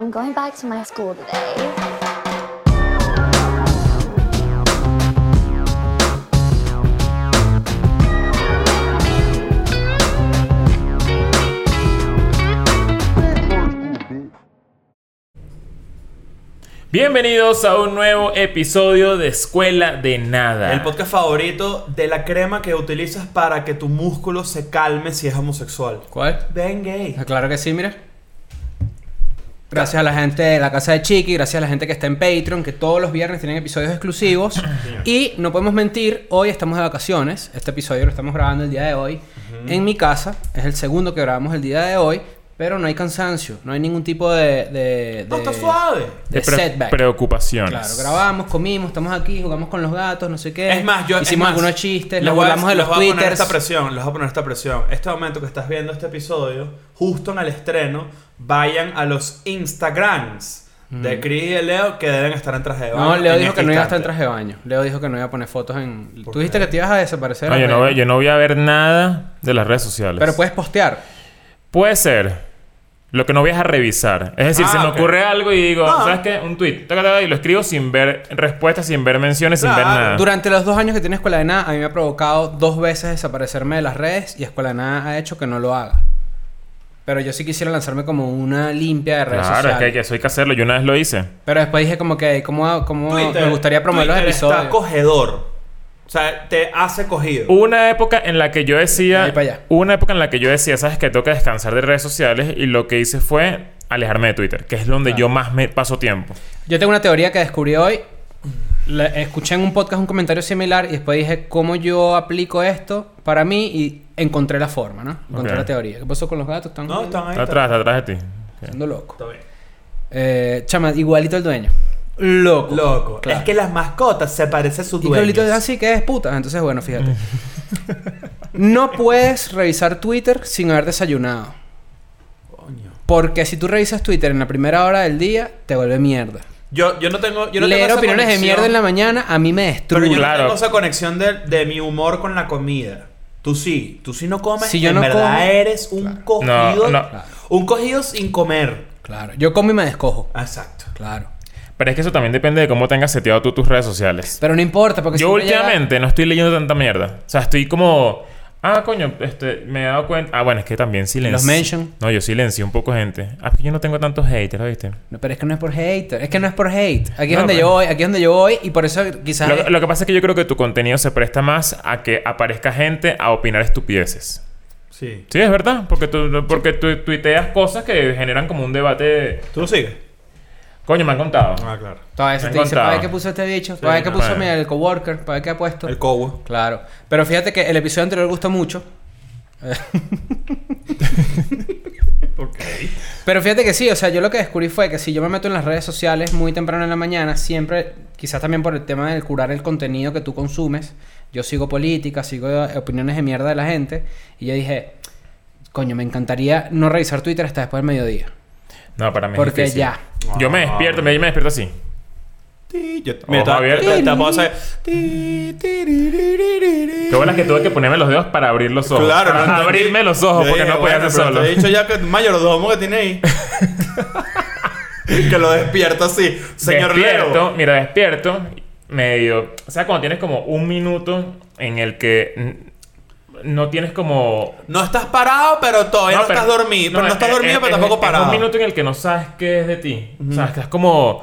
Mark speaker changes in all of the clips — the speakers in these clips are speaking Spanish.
Speaker 1: I'm going back to my school today.
Speaker 2: Bienvenidos a un nuevo episodio de Escuela de Nada.
Speaker 3: El podcast favorito de la crema que utilizas para que tu músculo se calme si es homosexual.
Speaker 4: ¿Cuál?
Speaker 3: Ben gay.
Speaker 4: Ah, Claro que sí, mira. Gracias a la gente de la casa de Chiqui, gracias a la gente que está en Patreon, que todos los viernes tienen episodios exclusivos. y no podemos mentir, hoy estamos de vacaciones. Este episodio lo estamos grabando el día de hoy en mi casa. Es el segundo que grabamos el día de hoy, pero no hay cansancio, no hay ningún tipo de. de,
Speaker 3: No,
Speaker 4: de-
Speaker 3: está suave.
Speaker 4: de
Speaker 2: pre-
Speaker 4: setback.
Speaker 2: Preocupaciones.
Speaker 4: Claro, grabamos, comimos, estamos aquí, jugamos con los gatos, no sé qué.
Speaker 3: Es más, yo es
Speaker 4: hicimos
Speaker 3: más,
Speaker 4: algunos chistes,
Speaker 3: les
Speaker 4: nos
Speaker 3: voy a-
Speaker 4: burlamos de
Speaker 3: les
Speaker 4: los
Speaker 3: voy a poner
Speaker 4: twitters.
Speaker 3: esta presión, les voy a poner esta presión. Este momento que estás viendo este episodio, justo en el estreno, vayan a los Instagrams de Chris y de Leo que deben estar en traje de baño.
Speaker 4: Mm. No, Leo
Speaker 3: en
Speaker 4: dijo
Speaker 3: este
Speaker 4: que no iba a estar en
Speaker 3: instante.
Speaker 4: traje de baño. Leo dijo que no iba a poner fotos en.
Speaker 3: ¿Por
Speaker 4: Tú dijiste
Speaker 3: qué?
Speaker 4: que te ibas a desaparecer.
Speaker 2: No, yo, no,
Speaker 4: Leo.
Speaker 2: voy- yo no voy a ver nada de las redes sociales.
Speaker 4: Pero puedes postear.
Speaker 2: Puede ser. Lo que no voy es a revisar. Es decir,
Speaker 3: Ah,
Speaker 2: se me
Speaker 3: ok.
Speaker 2: ocurre algo y digo,
Speaker 3: Ah.
Speaker 2: ¿sabes qué? Un tweet. Y lo escribo sin ver respuestas, sin ver menciones, sin ver
Speaker 3: Claro.
Speaker 2: nada.
Speaker 4: Durante los dos años que tiene Escuela de Nada, a mí me ha provocado dos veces desaparecerme de las redes y Escuela de Nada ha hecho que no lo haga. Pero yo sí quisiera lanzarme como una limpia de redes
Speaker 2: Claro, es
Speaker 4: sociales.
Speaker 2: que, hay que- eso hay que hacerlo. Yo una vez lo hice.
Speaker 4: Pero después dije como que, ¿cómo, hago- cómo
Speaker 3: Twitter-
Speaker 4: me gustaría promover los
Speaker 3: Twitter
Speaker 4: episodios? Uh.
Speaker 3: Está cogedor. O sea, te hace cogido.
Speaker 2: Hubo una época en la que yo decía...
Speaker 4: Ahí para allá.
Speaker 2: hubo una época en la que yo decía, ¿sabes qué? Tengo que descansar de redes sociales. Y lo que hice fue alejarme de Twitter. Que es donde yo más me paso tiempo.
Speaker 4: Yo tengo una teoría que descubrí hoy. La- escuché en un podcast un comentario similar y después dije cómo yo aplico esto para mí y encontré la forma, ¿no? Encontré
Speaker 2: Ok.
Speaker 4: la teoría. ¿Qué pasó con los gatos? Están
Speaker 3: No, están ahí.
Speaker 2: Está atrás, está atrás de ti. Ok.
Speaker 4: siendo locos.
Speaker 3: Está bien.
Speaker 4: Eh, chama, igualito el dueño. Loco.
Speaker 3: Loco.
Speaker 4: Claro.
Speaker 3: Es que las mascotas se parecen a sus
Speaker 4: Y que ahorita
Speaker 3: dueños.
Speaker 4: dirán, Ah, sí, que es puta. Entonces, bueno, fíjate. no puedes revisar Twitter sin haber desayunado.
Speaker 3: Coño.
Speaker 4: Porque si tú revisas Twitter en la primera hora del día, te vuelve mierda.
Speaker 3: Yo, yo no tengo. Yo no
Speaker 4: Leer
Speaker 3: tengo esa
Speaker 4: opiniones de
Speaker 3: conexión,
Speaker 4: mierda en la mañana a mí me
Speaker 3: Pero
Speaker 4: destruye.
Speaker 3: yo
Speaker 2: Claro.
Speaker 3: no tengo esa conexión de, de mi humor con la comida. Tú sí, tú sí no comes.
Speaker 4: Si yo
Speaker 3: en
Speaker 4: no
Speaker 3: verdad
Speaker 4: como-
Speaker 3: eres un cogido.
Speaker 2: No, no.
Speaker 4: Claro.
Speaker 3: Un cogido sin comer.
Speaker 4: Claro. Yo como y me descojo.
Speaker 3: Exacto.
Speaker 4: Claro.
Speaker 2: Pero es que eso también depende de cómo tengas seteado tú tus redes sociales.
Speaker 4: Pero no importa, porque
Speaker 2: Yo
Speaker 4: siempre llega-
Speaker 2: últimamente no estoy leyendo tanta mierda. O sea, estoy como... Ah, coño, este, me he dado cuenta... Ah, bueno, es que también silencio.
Speaker 4: Los mention.
Speaker 2: No, yo silencio un poco gente. Ah, porque yo no tengo tantos haters, ¿viste?
Speaker 4: No, pero es que no es por hater. Es que no es por hate. Aquí es
Speaker 2: No,
Speaker 4: donde
Speaker 2: pero-
Speaker 4: yo voy. Aquí es donde yo voy. Y por eso quizás...
Speaker 2: Lo, lo que pasa es que yo creo que tu contenido se presta más a que aparezca gente a opinar estupideces.
Speaker 3: Sí.
Speaker 2: Sí, es verdad. Porque tú, porque tú tuiteas cosas que generan como un debate...
Speaker 3: ¿Tú lo sigues?
Speaker 2: Coño, me han contado.
Speaker 3: Ah, claro.
Speaker 4: Toda vez
Speaker 2: Me
Speaker 4: te
Speaker 2: han
Speaker 4: dice,
Speaker 2: contado.
Speaker 4: ¿para qué puso este bicho? ¿Para qué
Speaker 3: no,
Speaker 4: puso
Speaker 2: bueno.
Speaker 4: mi- el coworker? ¿Para qué ha puesto?
Speaker 3: El cobo.
Speaker 4: Claro. Pero fíjate que el episodio anterior gustó mucho.
Speaker 3: Ok.
Speaker 4: Pero fíjate que sí, o sea, yo lo que descubrí fue que si yo me meto en las redes sociales muy temprano en la mañana, siempre, quizás también por el tema del curar el contenido que tú consumes, yo sigo política, sigo opiniones de mierda de la gente, y yo dije, coño, me encantaría no revisar Twitter hasta después del mediodía.
Speaker 2: No, para mí es
Speaker 4: Porque
Speaker 2: difícil.
Speaker 4: ya.
Speaker 2: Yo me despierto, me, yo me despierto así.
Speaker 3: Sí, yo
Speaker 2: Ojo abierto. Qué bolas que tuve que ponerme los dedos para abrir los ojos.
Speaker 3: Claro,
Speaker 2: Para
Speaker 3: no entendí.
Speaker 2: abrirme los ojos
Speaker 3: Yo
Speaker 2: porque
Speaker 3: dije,
Speaker 2: no podía
Speaker 3: bueno,
Speaker 2: hacer
Speaker 3: pero
Speaker 2: solo.
Speaker 3: Te he dicho ya que el mayordomo que tiene ahí. que lo despierta así. Señor
Speaker 2: despierto,
Speaker 3: Leo.
Speaker 2: mira, despierto, medio. O sea, cuando tienes como un minuto en el que n- no tienes como.
Speaker 3: No estás parado, pero todavía no,
Speaker 2: pero-
Speaker 3: estás dormido. pero no
Speaker 2: es-
Speaker 3: estás
Speaker 2: es-
Speaker 3: dormido,
Speaker 2: es-
Speaker 3: pero
Speaker 2: es-
Speaker 3: tampoco
Speaker 2: es
Speaker 3: parado.
Speaker 2: un minuto en el que no sabes qué es de ti. O sea, estás como.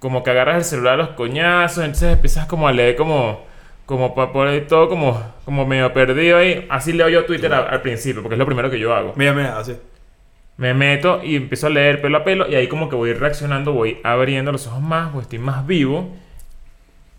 Speaker 2: Como que agarras el celular a los coñazos, entonces empiezas como a leer como. Como pa- por ahí todo como, como medio perdido ahí. Así leo yo Twitter a- al principio, porque es lo primero que yo hago.
Speaker 3: Mira, mira, así.
Speaker 2: Me meto y empiezo a leer pelo a pelo y ahí como que voy reaccionando, voy abriendo los ojos más, pues estoy más vivo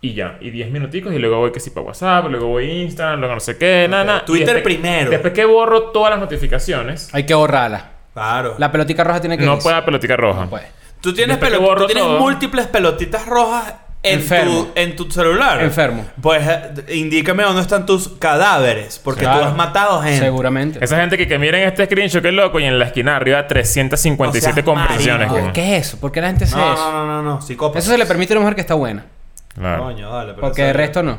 Speaker 2: y ya, y 10 minuticos y luego voy que sí para WhatsApp, luego voy a Instagram, luego no sé qué, nada, nada. Y
Speaker 3: Twitter
Speaker 2: después-
Speaker 3: primero.
Speaker 2: Después que borro todas las notificaciones,
Speaker 4: Hay que borrarla.
Speaker 3: Claro.
Speaker 4: La pelotica roja
Speaker 3: Ah,
Speaker 4: tiene que
Speaker 2: no
Speaker 4: irse.
Speaker 2: pueda pelotica roja.
Speaker 4: No puede.
Speaker 3: Tú tienes,
Speaker 2: Después que
Speaker 3: pelo-
Speaker 2: borro
Speaker 3: tú tienes
Speaker 2: todo.
Speaker 3: múltiples pelotitas rojas en
Speaker 4: Enfermo.
Speaker 3: tu, en tu celular.
Speaker 4: Enfermo.
Speaker 3: Pues eh, indícame dónde están tus cadáveres. Porque
Speaker 4: Claro.
Speaker 3: tú has matado gente.
Speaker 4: Seguramente.
Speaker 2: Esa gente que, que miren este screenshot, qué loco, y en la esquina arriba 357
Speaker 3: No seas
Speaker 2: compresiones.
Speaker 3: marico.
Speaker 2: coño.
Speaker 4: ¿Qué es eso? ¿Por qué la gente hace
Speaker 3: No,
Speaker 4: eso?
Speaker 3: no, no, no, no. Psicópata.
Speaker 4: Eso se le permite a una mujer que está buena.
Speaker 2: Claro.
Speaker 3: Coño, dale. pero
Speaker 4: Porque
Speaker 3: eso-
Speaker 4: de resto no.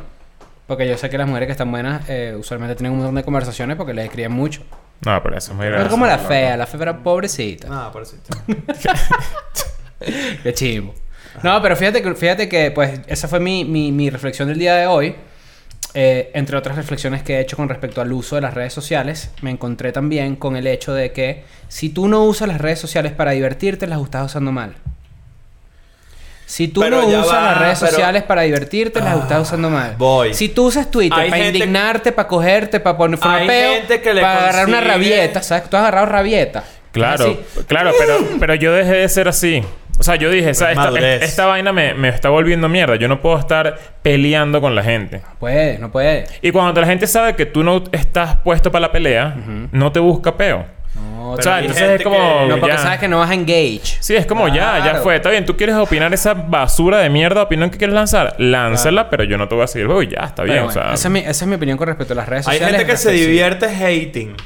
Speaker 4: Porque yo sé que las mujeres que están buenas eh, usualmente tienen un montón de conversaciones porque les escriben mucho.
Speaker 2: No, pero eso es muy
Speaker 4: Pero
Speaker 2: grave.
Speaker 4: como la fea, la fea era pobrecita.
Speaker 3: Nada, pobrecito.
Speaker 4: Qué chivo. No, pero fíjate que, fíjate que pues esa fue mi, mi, mi reflexión del día de hoy. Eh, entre otras reflexiones que he hecho con respecto al uso de las redes sociales, me encontré también con el hecho de que si tú no usas las redes sociales para divertirte, las estás usando mal. Si tú
Speaker 3: Pero
Speaker 4: no
Speaker 3: ya
Speaker 4: usas
Speaker 3: va,
Speaker 4: las redes
Speaker 3: pero- Ah,
Speaker 4: sociales para divertirte, las estás usando mal.
Speaker 3: voy.
Speaker 4: Si tú usas Twitter
Speaker 3: Hay
Speaker 4: para
Speaker 3: gente-
Speaker 4: indignarte, para cogerte, para poner
Speaker 3: Hay
Speaker 4: fropeo,
Speaker 3: gente que le
Speaker 4: para agarrar una
Speaker 3: consigue-
Speaker 4: rabieta, ¿sabes? Tú has agarrado rabieta.
Speaker 2: Claro,
Speaker 4: Así. Mm.
Speaker 2: claro, pero, pero yo dejé de ser así. O sea, yo dije, "Esa- esta,
Speaker 3: madurez.
Speaker 2: esta vaina me, me está volviendo mierda. Yo no puedo estar peleando con la gente.
Speaker 4: No puedes, no puedes.
Speaker 2: Y cuando la gente sabe que tú no estás puesto para la pelea, no te busca peo.
Speaker 4: No,
Speaker 2: O
Speaker 3: Pero
Speaker 2: sea,
Speaker 3: hay
Speaker 2: entonces
Speaker 3: gente
Speaker 2: es como.
Speaker 3: que-
Speaker 4: No, porque
Speaker 2: ya.
Speaker 4: sabes que no vas a engage.
Speaker 2: Sí, es como ya, ya
Speaker 4: Claro.
Speaker 2: fue. Está bien, tú quieres opinar esa basura de mierda, opinión que quieres lanzar, lánzala, pero yo no te voy a seguir, y ya, está
Speaker 4: Pero
Speaker 2: bien.
Speaker 4: bueno,
Speaker 2: o
Speaker 4: esa,
Speaker 2: sea,
Speaker 4: es mi, esa es mi opinión con respecto a las redes
Speaker 3: Hay
Speaker 4: sociales.
Speaker 3: gente que se
Speaker 4: respecto-
Speaker 3: divierte hating.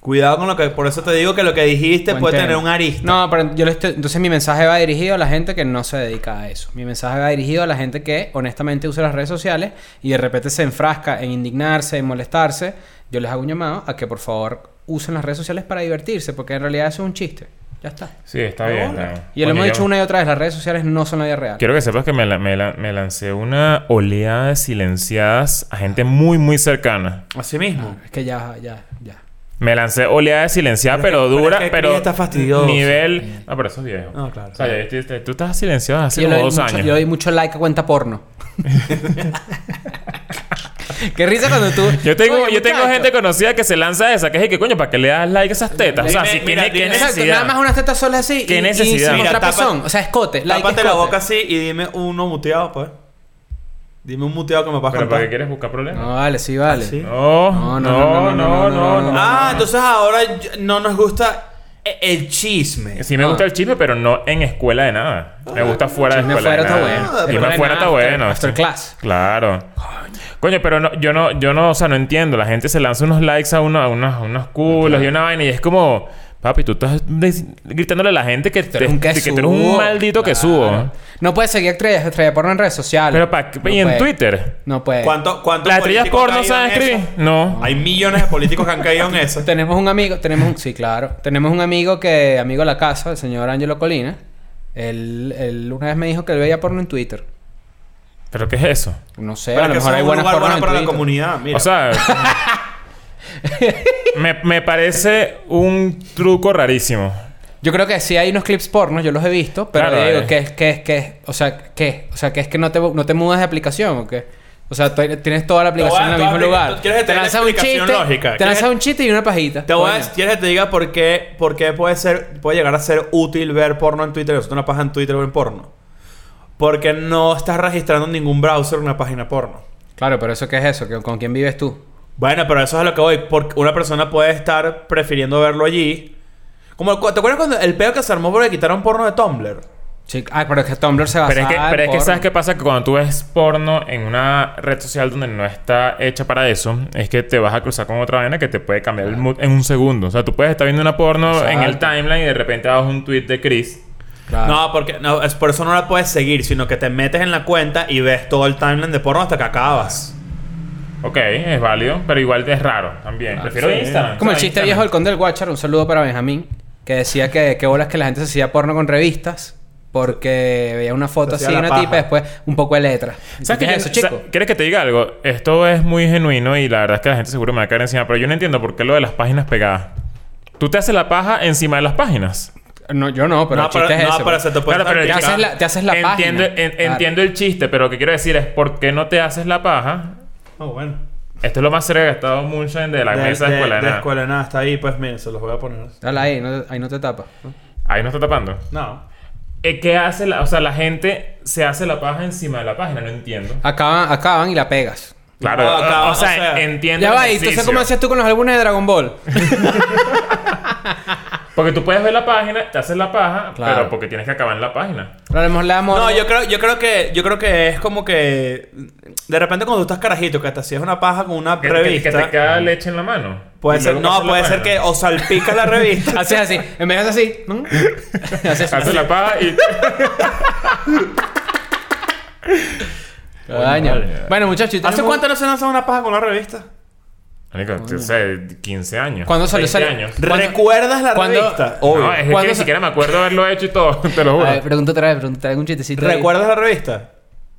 Speaker 3: Cuidado con lo que... Por eso te digo que lo que dijiste
Speaker 4: Buen
Speaker 3: puede
Speaker 4: tema.
Speaker 3: tener un arista.
Speaker 4: No, pero yo le estoy... Entonces mi mensaje va dirigido a la gente que no se dedica a eso. Mi mensaje va dirigido a la gente que honestamente usa las redes sociales y de repente se enfrasca en indignarse, en molestarse. Yo les hago un llamado a que por favor usen las redes sociales para divertirse, porque en realidad eso es un chiste. Ya está.
Speaker 2: sí,
Speaker 4: Ah,
Speaker 2: está bien. está bien.
Speaker 4: Y lo hemos
Speaker 2: Coño,
Speaker 4: dicho
Speaker 2: yo-
Speaker 4: una y otra vez, las redes sociales no son la vida real.
Speaker 2: Quiero que sepas que me, la- me la- me lancé una oleada de silenciadas a gente muy, muy cercana.
Speaker 3: Así mismo.
Speaker 4: Es que ya, ya, ya.
Speaker 2: Me lancé oleada de silenciada, pero,
Speaker 3: Pero es que- pero
Speaker 2: dura,
Speaker 3: es que
Speaker 2: pero.
Speaker 3: Cris está fastidioso.
Speaker 2: Nivel. No, pero eso es viejo.
Speaker 3: No, claro.
Speaker 2: O sea, ya estoy- estoy- tú estás silenciada hace
Speaker 4: yo le
Speaker 2: como
Speaker 4: doy
Speaker 2: dos
Speaker 4: mucho,
Speaker 2: años.
Speaker 4: yo doy mucho like a cuenta porno. Qué risa cuando tú.
Speaker 2: Yo tengo,
Speaker 4: Oye,
Speaker 2: yo tengo
Speaker 4: muchacho.
Speaker 2: gente conocida que se lanza esa, que es que coño, ¿para qué le das like a esas tetas? O sea,
Speaker 3: Dime,
Speaker 2: si
Speaker 3: mira,
Speaker 2: tiene que
Speaker 3: dime-
Speaker 4: Exacto,
Speaker 2: necesidad.
Speaker 4: nada más unas tetas solas así.
Speaker 2: ¿Qué
Speaker 4: y- y
Speaker 2: necesidad?
Speaker 4: sin
Speaker 2: Mira,
Speaker 4: otra
Speaker 3: tapa-
Speaker 4: pezón. O sea, escote. Like
Speaker 3: Tápate la
Speaker 4: escote.
Speaker 3: boca así y dime uno muteado, pues. Dime un muteado que me vas a
Speaker 2: ¿Pero para qué
Speaker 3: contar.
Speaker 2: quieres buscar problemas?
Speaker 4: No, vale, sí, vale.
Speaker 3: ¿Sí?
Speaker 2: No,
Speaker 4: No, no, no, no, no, no, no.
Speaker 3: Ah, entonces ahora yo- no nos gusta e- el chisme.
Speaker 2: Sí me gusta el chisme, pero no en escuela de nada. Me gusta fuera de
Speaker 4: Ah, Chisme
Speaker 2: escuela
Speaker 4: afuera
Speaker 2: de
Speaker 4: está
Speaker 2: nada.
Speaker 4: bueno.
Speaker 2: Chisme
Speaker 4: Después en
Speaker 2: afuera está
Speaker 4: after-
Speaker 2: bueno. sí.
Speaker 4: afterclass.
Speaker 2: Claro. Coño, pero no, yo no, yo no, o sea, no entiendo. La gente se lanza unos likes a, uno, a, unos, a unos culos y una vaina y es como... Papi, tú estás des- gritándole a la gente que, te-
Speaker 4: Tú eres un
Speaker 2: que
Speaker 4: quesudo.
Speaker 2: tú eres un maldito que subo.
Speaker 4: Claro. No puedes seguir estrellas, estrellas porno en redes sociales.
Speaker 2: Pero pa,
Speaker 4: No
Speaker 2: ¿y en
Speaker 4: puedes.
Speaker 2: Twitter?
Speaker 4: No puedes.
Speaker 3: ¿Cuánto, cuánto
Speaker 2: ¿Las estrellas
Speaker 3: políticos
Speaker 2: porno
Speaker 3: caído
Speaker 2: saben
Speaker 3: en
Speaker 2: escribir?
Speaker 3: eso?
Speaker 2: No.
Speaker 3: Hay millones de políticos que han caído en eso.
Speaker 4: Tenemos un amigo, tenemos un, sí, claro. Tenemos un amigo que, amigo de la casa, el señor Ángelo Colina. Él, él una vez me dijo que él veía porno en Twitter.
Speaker 2: ¿Pero qué es eso?
Speaker 4: No sé,
Speaker 3: Pero
Speaker 4: a
Speaker 3: que
Speaker 4: lo
Speaker 3: eso
Speaker 4: mejor
Speaker 3: es
Speaker 4: hay
Speaker 3: un
Speaker 4: buenas
Speaker 3: lugar
Speaker 4: porno
Speaker 3: bueno
Speaker 4: en
Speaker 3: para la
Speaker 4: Twitter.
Speaker 3: comunidad. Mira.
Speaker 2: O sea, me, me parece un truco rarísimo.
Speaker 4: Yo creo que sí hay unos clips porno, yo los he visto, pero
Speaker 2: Claro,
Speaker 4: yo digo
Speaker 2: eh.
Speaker 4: que es que es que es, o sea, ¿qué? O sea, que es que no te no te mudas de aplicación o qué? O sea, tú- tienes toda la aplicación
Speaker 3: Toda-
Speaker 4: en el
Speaker 3: toda
Speaker 4: mismo
Speaker 3: aplica-
Speaker 4: lugar.
Speaker 3: tú quieres que te dé la explicación lógica.
Speaker 4: Te
Speaker 3: ¿Quieres-
Speaker 4: lanzas un chiste y una pajita.
Speaker 3: Te voy a
Speaker 4: Coño.
Speaker 3: decir- ¿Quieres que te diga por qué, por qué puede, ser, puede llegar a ser útil ver porno en Twitter? Es una paja en Twitter ver porno. Porque no estás registrando en ningún browser una página porno.
Speaker 4: Claro, pero eso qué es eso? ¿Que- ¿Con quién vives tú?
Speaker 3: Bueno, pero eso es a lo que voy. Porque una persona puede estar prefiriendo verlo allí. Como, cu- ¿Te acuerdas cuando el pedo que se armó porque quitaron porno de Tumblr?
Speaker 4: Sí, ah, pero es que Tumblr se basa
Speaker 2: Pero es que,
Speaker 4: en
Speaker 2: pero es que
Speaker 4: porno.
Speaker 2: ¿sabes qué pasa? Que cuando tú ves porno en una red social donde no está hecha para eso, es que te vas a cruzar con otra vaina que te puede cambiar el mood en un segundo. O sea, tú puedes estar viendo una porno en el
Speaker 4: Exacto.
Speaker 2: timeline y de repente hagas un tweet de Chris.
Speaker 4: Claro.
Speaker 3: No, porque no, es por eso no la puedes seguir, sino que te metes en la cuenta y ves todo el timeline de porno hasta que acabas.
Speaker 2: Ok, es válido, pero igual es raro también. Prefiero
Speaker 3: sí.
Speaker 2: Instagram.
Speaker 4: Ah, Como
Speaker 2: O
Speaker 4: el
Speaker 2: sea,
Speaker 4: chiste
Speaker 2: Instagram.
Speaker 4: viejo del conde del Guachar, un saludo para Benjamín, que decía que, que bolas que la gente se hacía porno con revistas porque veía una foto
Speaker 3: Se
Speaker 4: así
Speaker 3: hacía
Speaker 4: de
Speaker 3: la
Speaker 4: una tipa
Speaker 3: paja.
Speaker 4: y después un poco de letra.
Speaker 2: ¿Sabes
Speaker 4: ¿Qué
Speaker 2: que
Speaker 4: es
Speaker 2: yo-
Speaker 4: eso, chico?
Speaker 2: sa- ¿Quieres que te diga algo? Esto es muy genuino y la verdad es que la gente seguro me va a caer encima, pero yo no entiendo por qué lo de las páginas pegadas. Tú te haces la paja encima de las páginas.
Speaker 4: No, yo no, pero
Speaker 3: no,
Speaker 4: el chiste
Speaker 3: pero-
Speaker 4: es
Speaker 3: no,
Speaker 4: ese.
Speaker 3: pero
Speaker 4: pues.
Speaker 3: se te puede
Speaker 2: Claro, pero el
Speaker 3: estar
Speaker 2: chiste-
Speaker 4: te haces la, te haces la
Speaker 2: entiendo,
Speaker 4: página.
Speaker 2: en-
Speaker 4: Claro.
Speaker 2: entiendo el chiste, pero lo que quiero decir es por qué no te haces la paja.
Speaker 3: Ah, bueno.
Speaker 2: Esto es lo más serio que ha estado Moonshine de la
Speaker 3: De-
Speaker 2: mesa de,
Speaker 3: de-
Speaker 2: escuela. de
Speaker 3: de
Speaker 2: nada.
Speaker 3: escuela de nada, está ahí, pues miren, se los voy a poner.
Speaker 4: Dale ahí, no, ahí no te tapas.
Speaker 2: Ahí no está tapando.
Speaker 3: No.
Speaker 2: Eh, ¿Qué hace la, o sea, la gente se hace la paja encima de la página? No entiendo.
Speaker 4: Acaban, acaban y la pegas.
Speaker 2: Claro,
Speaker 3: No,
Speaker 2: o-
Speaker 3: acá,
Speaker 2: o,
Speaker 3: o
Speaker 2: sea,
Speaker 3: sea,
Speaker 2: entiendo.
Speaker 4: Ya
Speaker 2: el
Speaker 4: va, y entonces
Speaker 2: ejercicio.
Speaker 4: ¿cómo hacías tú con los álbumes de Dragon Ball?
Speaker 2: Porque tú puedes ver la página, te haces la paja,
Speaker 4: Claro.
Speaker 2: pero porque tienes que acabar en la página.
Speaker 4: Hablamos la amor.
Speaker 3: No, yo creo, yo creo que, yo creo que es como que de repente cuando tú estás carajito, que te hacías una paja con una
Speaker 2: Que, que-
Speaker 3: revista.
Speaker 2: que te queda leche en la mano.
Speaker 3: Puede
Speaker 2: Y
Speaker 3: ser,
Speaker 2: luego
Speaker 3: no,
Speaker 2: pasas la
Speaker 3: puede ser
Speaker 2: página.
Speaker 3: que o salpicas la revista.
Speaker 4: Haces así, en vez de hacer así, ¿no? Haces así.
Speaker 2: Haces la paja y.
Speaker 4: Coño.
Speaker 2: Vale.
Speaker 4: Bueno, muchachos,
Speaker 3: ¿Hace
Speaker 4: tenemos-
Speaker 3: cuánto no se lanza una paja con una revista?
Speaker 2: Marico, yo sé, 15 años.
Speaker 4: ¿Cuándo salió
Speaker 2: 20
Speaker 4: esa-
Speaker 2: años.
Speaker 3: ¿Recuerdas la
Speaker 4: ¿Cuándo-
Speaker 3: revista?
Speaker 4: Obvio.
Speaker 2: No, es que
Speaker 4: ¿Cuándo
Speaker 2: ni
Speaker 4: sa-
Speaker 2: siquiera me acuerdo haberlo hecho y todo, te lo
Speaker 4: A
Speaker 2: juro.
Speaker 4: ver, pregunta otra vez, pregunta algún chistecito. ahí.
Speaker 3: ¿Recuerdas la revista?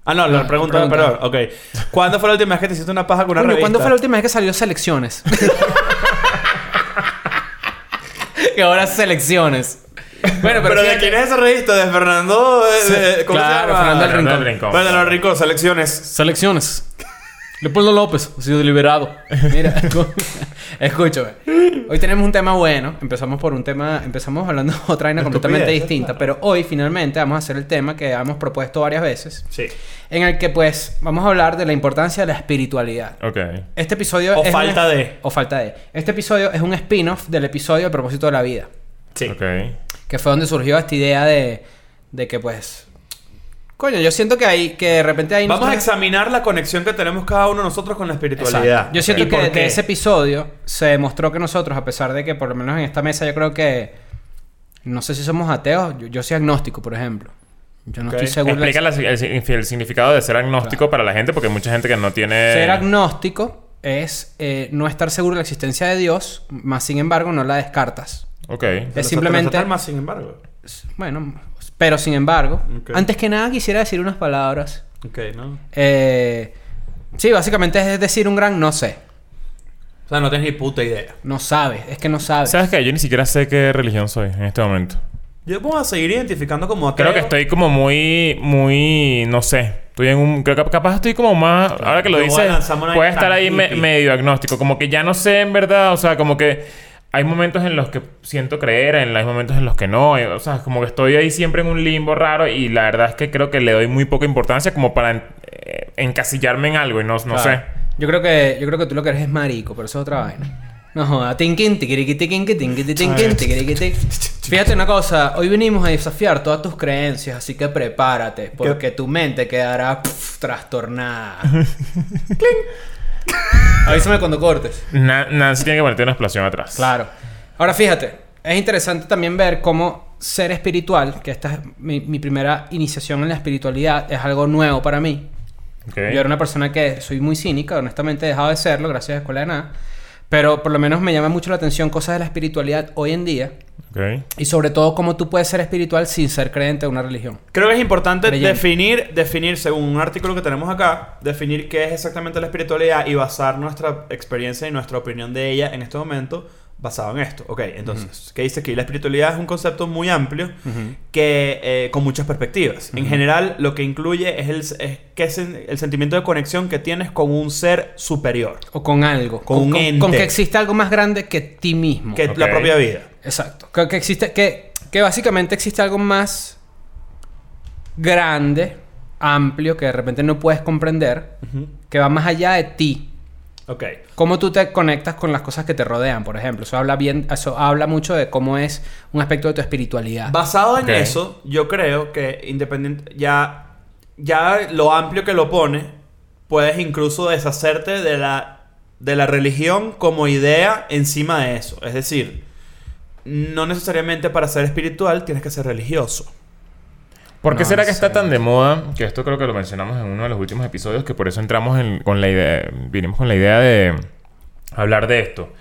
Speaker 3: Ah, no, la
Speaker 4: No,
Speaker 3: pregunta
Speaker 4: pregunta.
Speaker 3: perdón. Ok. ¿Cuándo fue la última vez que te hiciste una paja con una
Speaker 4: Coño,
Speaker 3: revista?
Speaker 4: ¿Cuándo fue la última vez que salió Selecciones? que ahora es Selecciones. Bueno, pero,
Speaker 3: ¿Pero
Speaker 4: sí,
Speaker 3: de
Speaker 4: aquí-
Speaker 3: quién es esa revista? ¿De Fernando?
Speaker 4: Sí,
Speaker 3: de- de- ¿Cómo
Speaker 4: claro,
Speaker 3: se llama?
Speaker 4: Fernando del
Speaker 2: Fernando
Speaker 4: Rincón.
Speaker 2: del Rincón.
Speaker 3: Bueno, los ricos, selecciones.
Speaker 4: Selecciones. Leopoldo López ha sido deliberado. Mira, escu- escúchame. Hoy tenemos un tema bueno. Empezamos por un tema, empezamos hablando de otra vaina completamente
Speaker 3: Estupidez,
Speaker 4: distinta. Pero hoy finalmente vamos a hacer el tema que hemos propuesto varias veces.
Speaker 3: Sí.
Speaker 4: En el que pues vamos a hablar de la importancia de la espiritualidad.
Speaker 2: Ok.
Speaker 4: Este episodio
Speaker 3: O
Speaker 4: es un-
Speaker 3: falta de.
Speaker 4: O falta de. Este episodio es un spin-off del episodio A propósito de la vida.
Speaker 3: Sí.
Speaker 2: Ok.
Speaker 4: Que fue donde surgió esta idea de, de que pues... Coño, yo siento que hay... Que de repente hay...
Speaker 3: Vamos a examinar la conexión que tenemos cada uno de nosotros con la espiritualidad.
Speaker 4: Exacto. Yo siento
Speaker 3: ¿Y
Speaker 4: que
Speaker 3: por qué?
Speaker 4: de ese episodio se demostró que nosotros, a pesar de que por lo menos en esta mesa yo creo que... No sé si somos ateos. Yo, yo soy agnóstico, por ejemplo. Yo no
Speaker 3: Ok.
Speaker 4: estoy seguro... de
Speaker 2: Explica la- el, el significado de ser agnóstico para la gente porque hay mucha gente que no tiene...
Speaker 4: Ser agnóstico es eh, no estar seguro de la existencia de Dios, más sin embargo no la descartas.
Speaker 2: Ok.
Speaker 3: De
Speaker 4: Es
Speaker 3: los
Speaker 4: simplemente...
Speaker 3: atrás, más sin embargo.
Speaker 4: Bueno, pero sin embargo,
Speaker 3: Ok.
Speaker 4: antes que nada quisiera decir unas palabras.
Speaker 3: Ok, ¿no?
Speaker 4: Eh, sí, básicamente es decir un gran no sé.
Speaker 3: O sea, no tienes ni puta idea.
Speaker 4: No sabes, es que no sabes.
Speaker 2: ¿Sabes qué? Yo ni siquiera sé qué religión soy en este momento.
Speaker 3: Yo me voy a seguir identificando como ateo.
Speaker 2: Creo que estoy como muy, muy, no sé. Estoy en un, creo que capaz estoy como más, ahora que lo
Speaker 3: Yo voy a
Speaker 2: dices,
Speaker 3: lanzarme una
Speaker 2: puede
Speaker 3: tan
Speaker 2: estar ahí me-
Speaker 3: hippie.
Speaker 2: medio agnóstico. Como que ya no sé en verdad, o sea, como que hay momentos en los que siento creer, en hay momentos en los que no. eh, O sea, como que estoy ahí siempre en un limbo raro y la verdad es que creo que le doy muy poca importancia como para en- eh, encasillarme en algo y no, no sé.
Speaker 4: Yo creo que yo creo que tú lo que eres es marico, pero eso es otra vaina. No joda, tinkin, tiquiriqui, tiquin, que tinkin, ti, tinkin, tiquiriqui, ti. Fíjate una cosa, hoy venimos a desafiar todas tus creencias, así que prepárate, porque tu mente quedará pf, trastornada. Cling. Avísame cuando cortes.
Speaker 2: Na- Nancy tiene que ponerte una explosión atrás.
Speaker 4: Claro. Ahora fíjate, es interesante también ver cómo ser espiritual, que esta es mi, mi primera iniciación en la espiritualidad, es algo nuevo para mí.
Speaker 2: Ok.
Speaker 4: Yo era una persona que soy muy cínica, honestamente he dejado de serlo gracias a Escuela de Nada, pero por lo menos me llama mucho la atención cosas de la espiritualidad hoy en día
Speaker 2: Ok.
Speaker 4: y sobre todo cómo tú puedes ser espiritual sin ser creente de una religión.
Speaker 3: Creo que es importante
Speaker 4: Creyente.
Speaker 3: definir, definir, según un artículo que tenemos acá, definir qué es exactamente la espiritualidad y basar nuestra experiencia y nuestra opinión de ella en este momento basado en esto. Ok, entonces, ¿qué dice aquí? La espiritualidad es un concepto muy amplio que eh, con muchas perspectivas. En general, lo que incluye es, el, es que es el sentimiento de conexión que tienes con un ser superior,
Speaker 4: O con algo.
Speaker 3: Con un ente.
Speaker 4: con que existe algo más grande que ti mismo.
Speaker 3: que
Speaker 2: Ok.
Speaker 3: la propia vida.
Speaker 4: Exacto. Que, que existe, que, que básicamente existe algo más grande, amplio, que de repente no puedes comprender,
Speaker 3: Ujú.
Speaker 4: que va más allá de ti.
Speaker 3: Ok.
Speaker 4: Cómo tú te conectas con las cosas que te rodean, por ejemplo. Eso habla bien, eso habla mucho de cómo es un aspecto de tu espiritualidad.
Speaker 3: Basado en
Speaker 2: Ok.
Speaker 3: eso, yo creo que independiente ya ya lo amplio que lo pone, puedes incluso deshacerte de la de la religión como idea encima de eso, es decir, no necesariamente para ser espiritual tienes que ser religioso.
Speaker 2: ¿Por qué
Speaker 4: No
Speaker 2: será que
Speaker 4: sé.
Speaker 2: está tan de moda? Que esto creo que lo mencionamos en uno de los últimos episodios, que por eso entramos en- con la idea, vinimos con la idea de hablar de esto.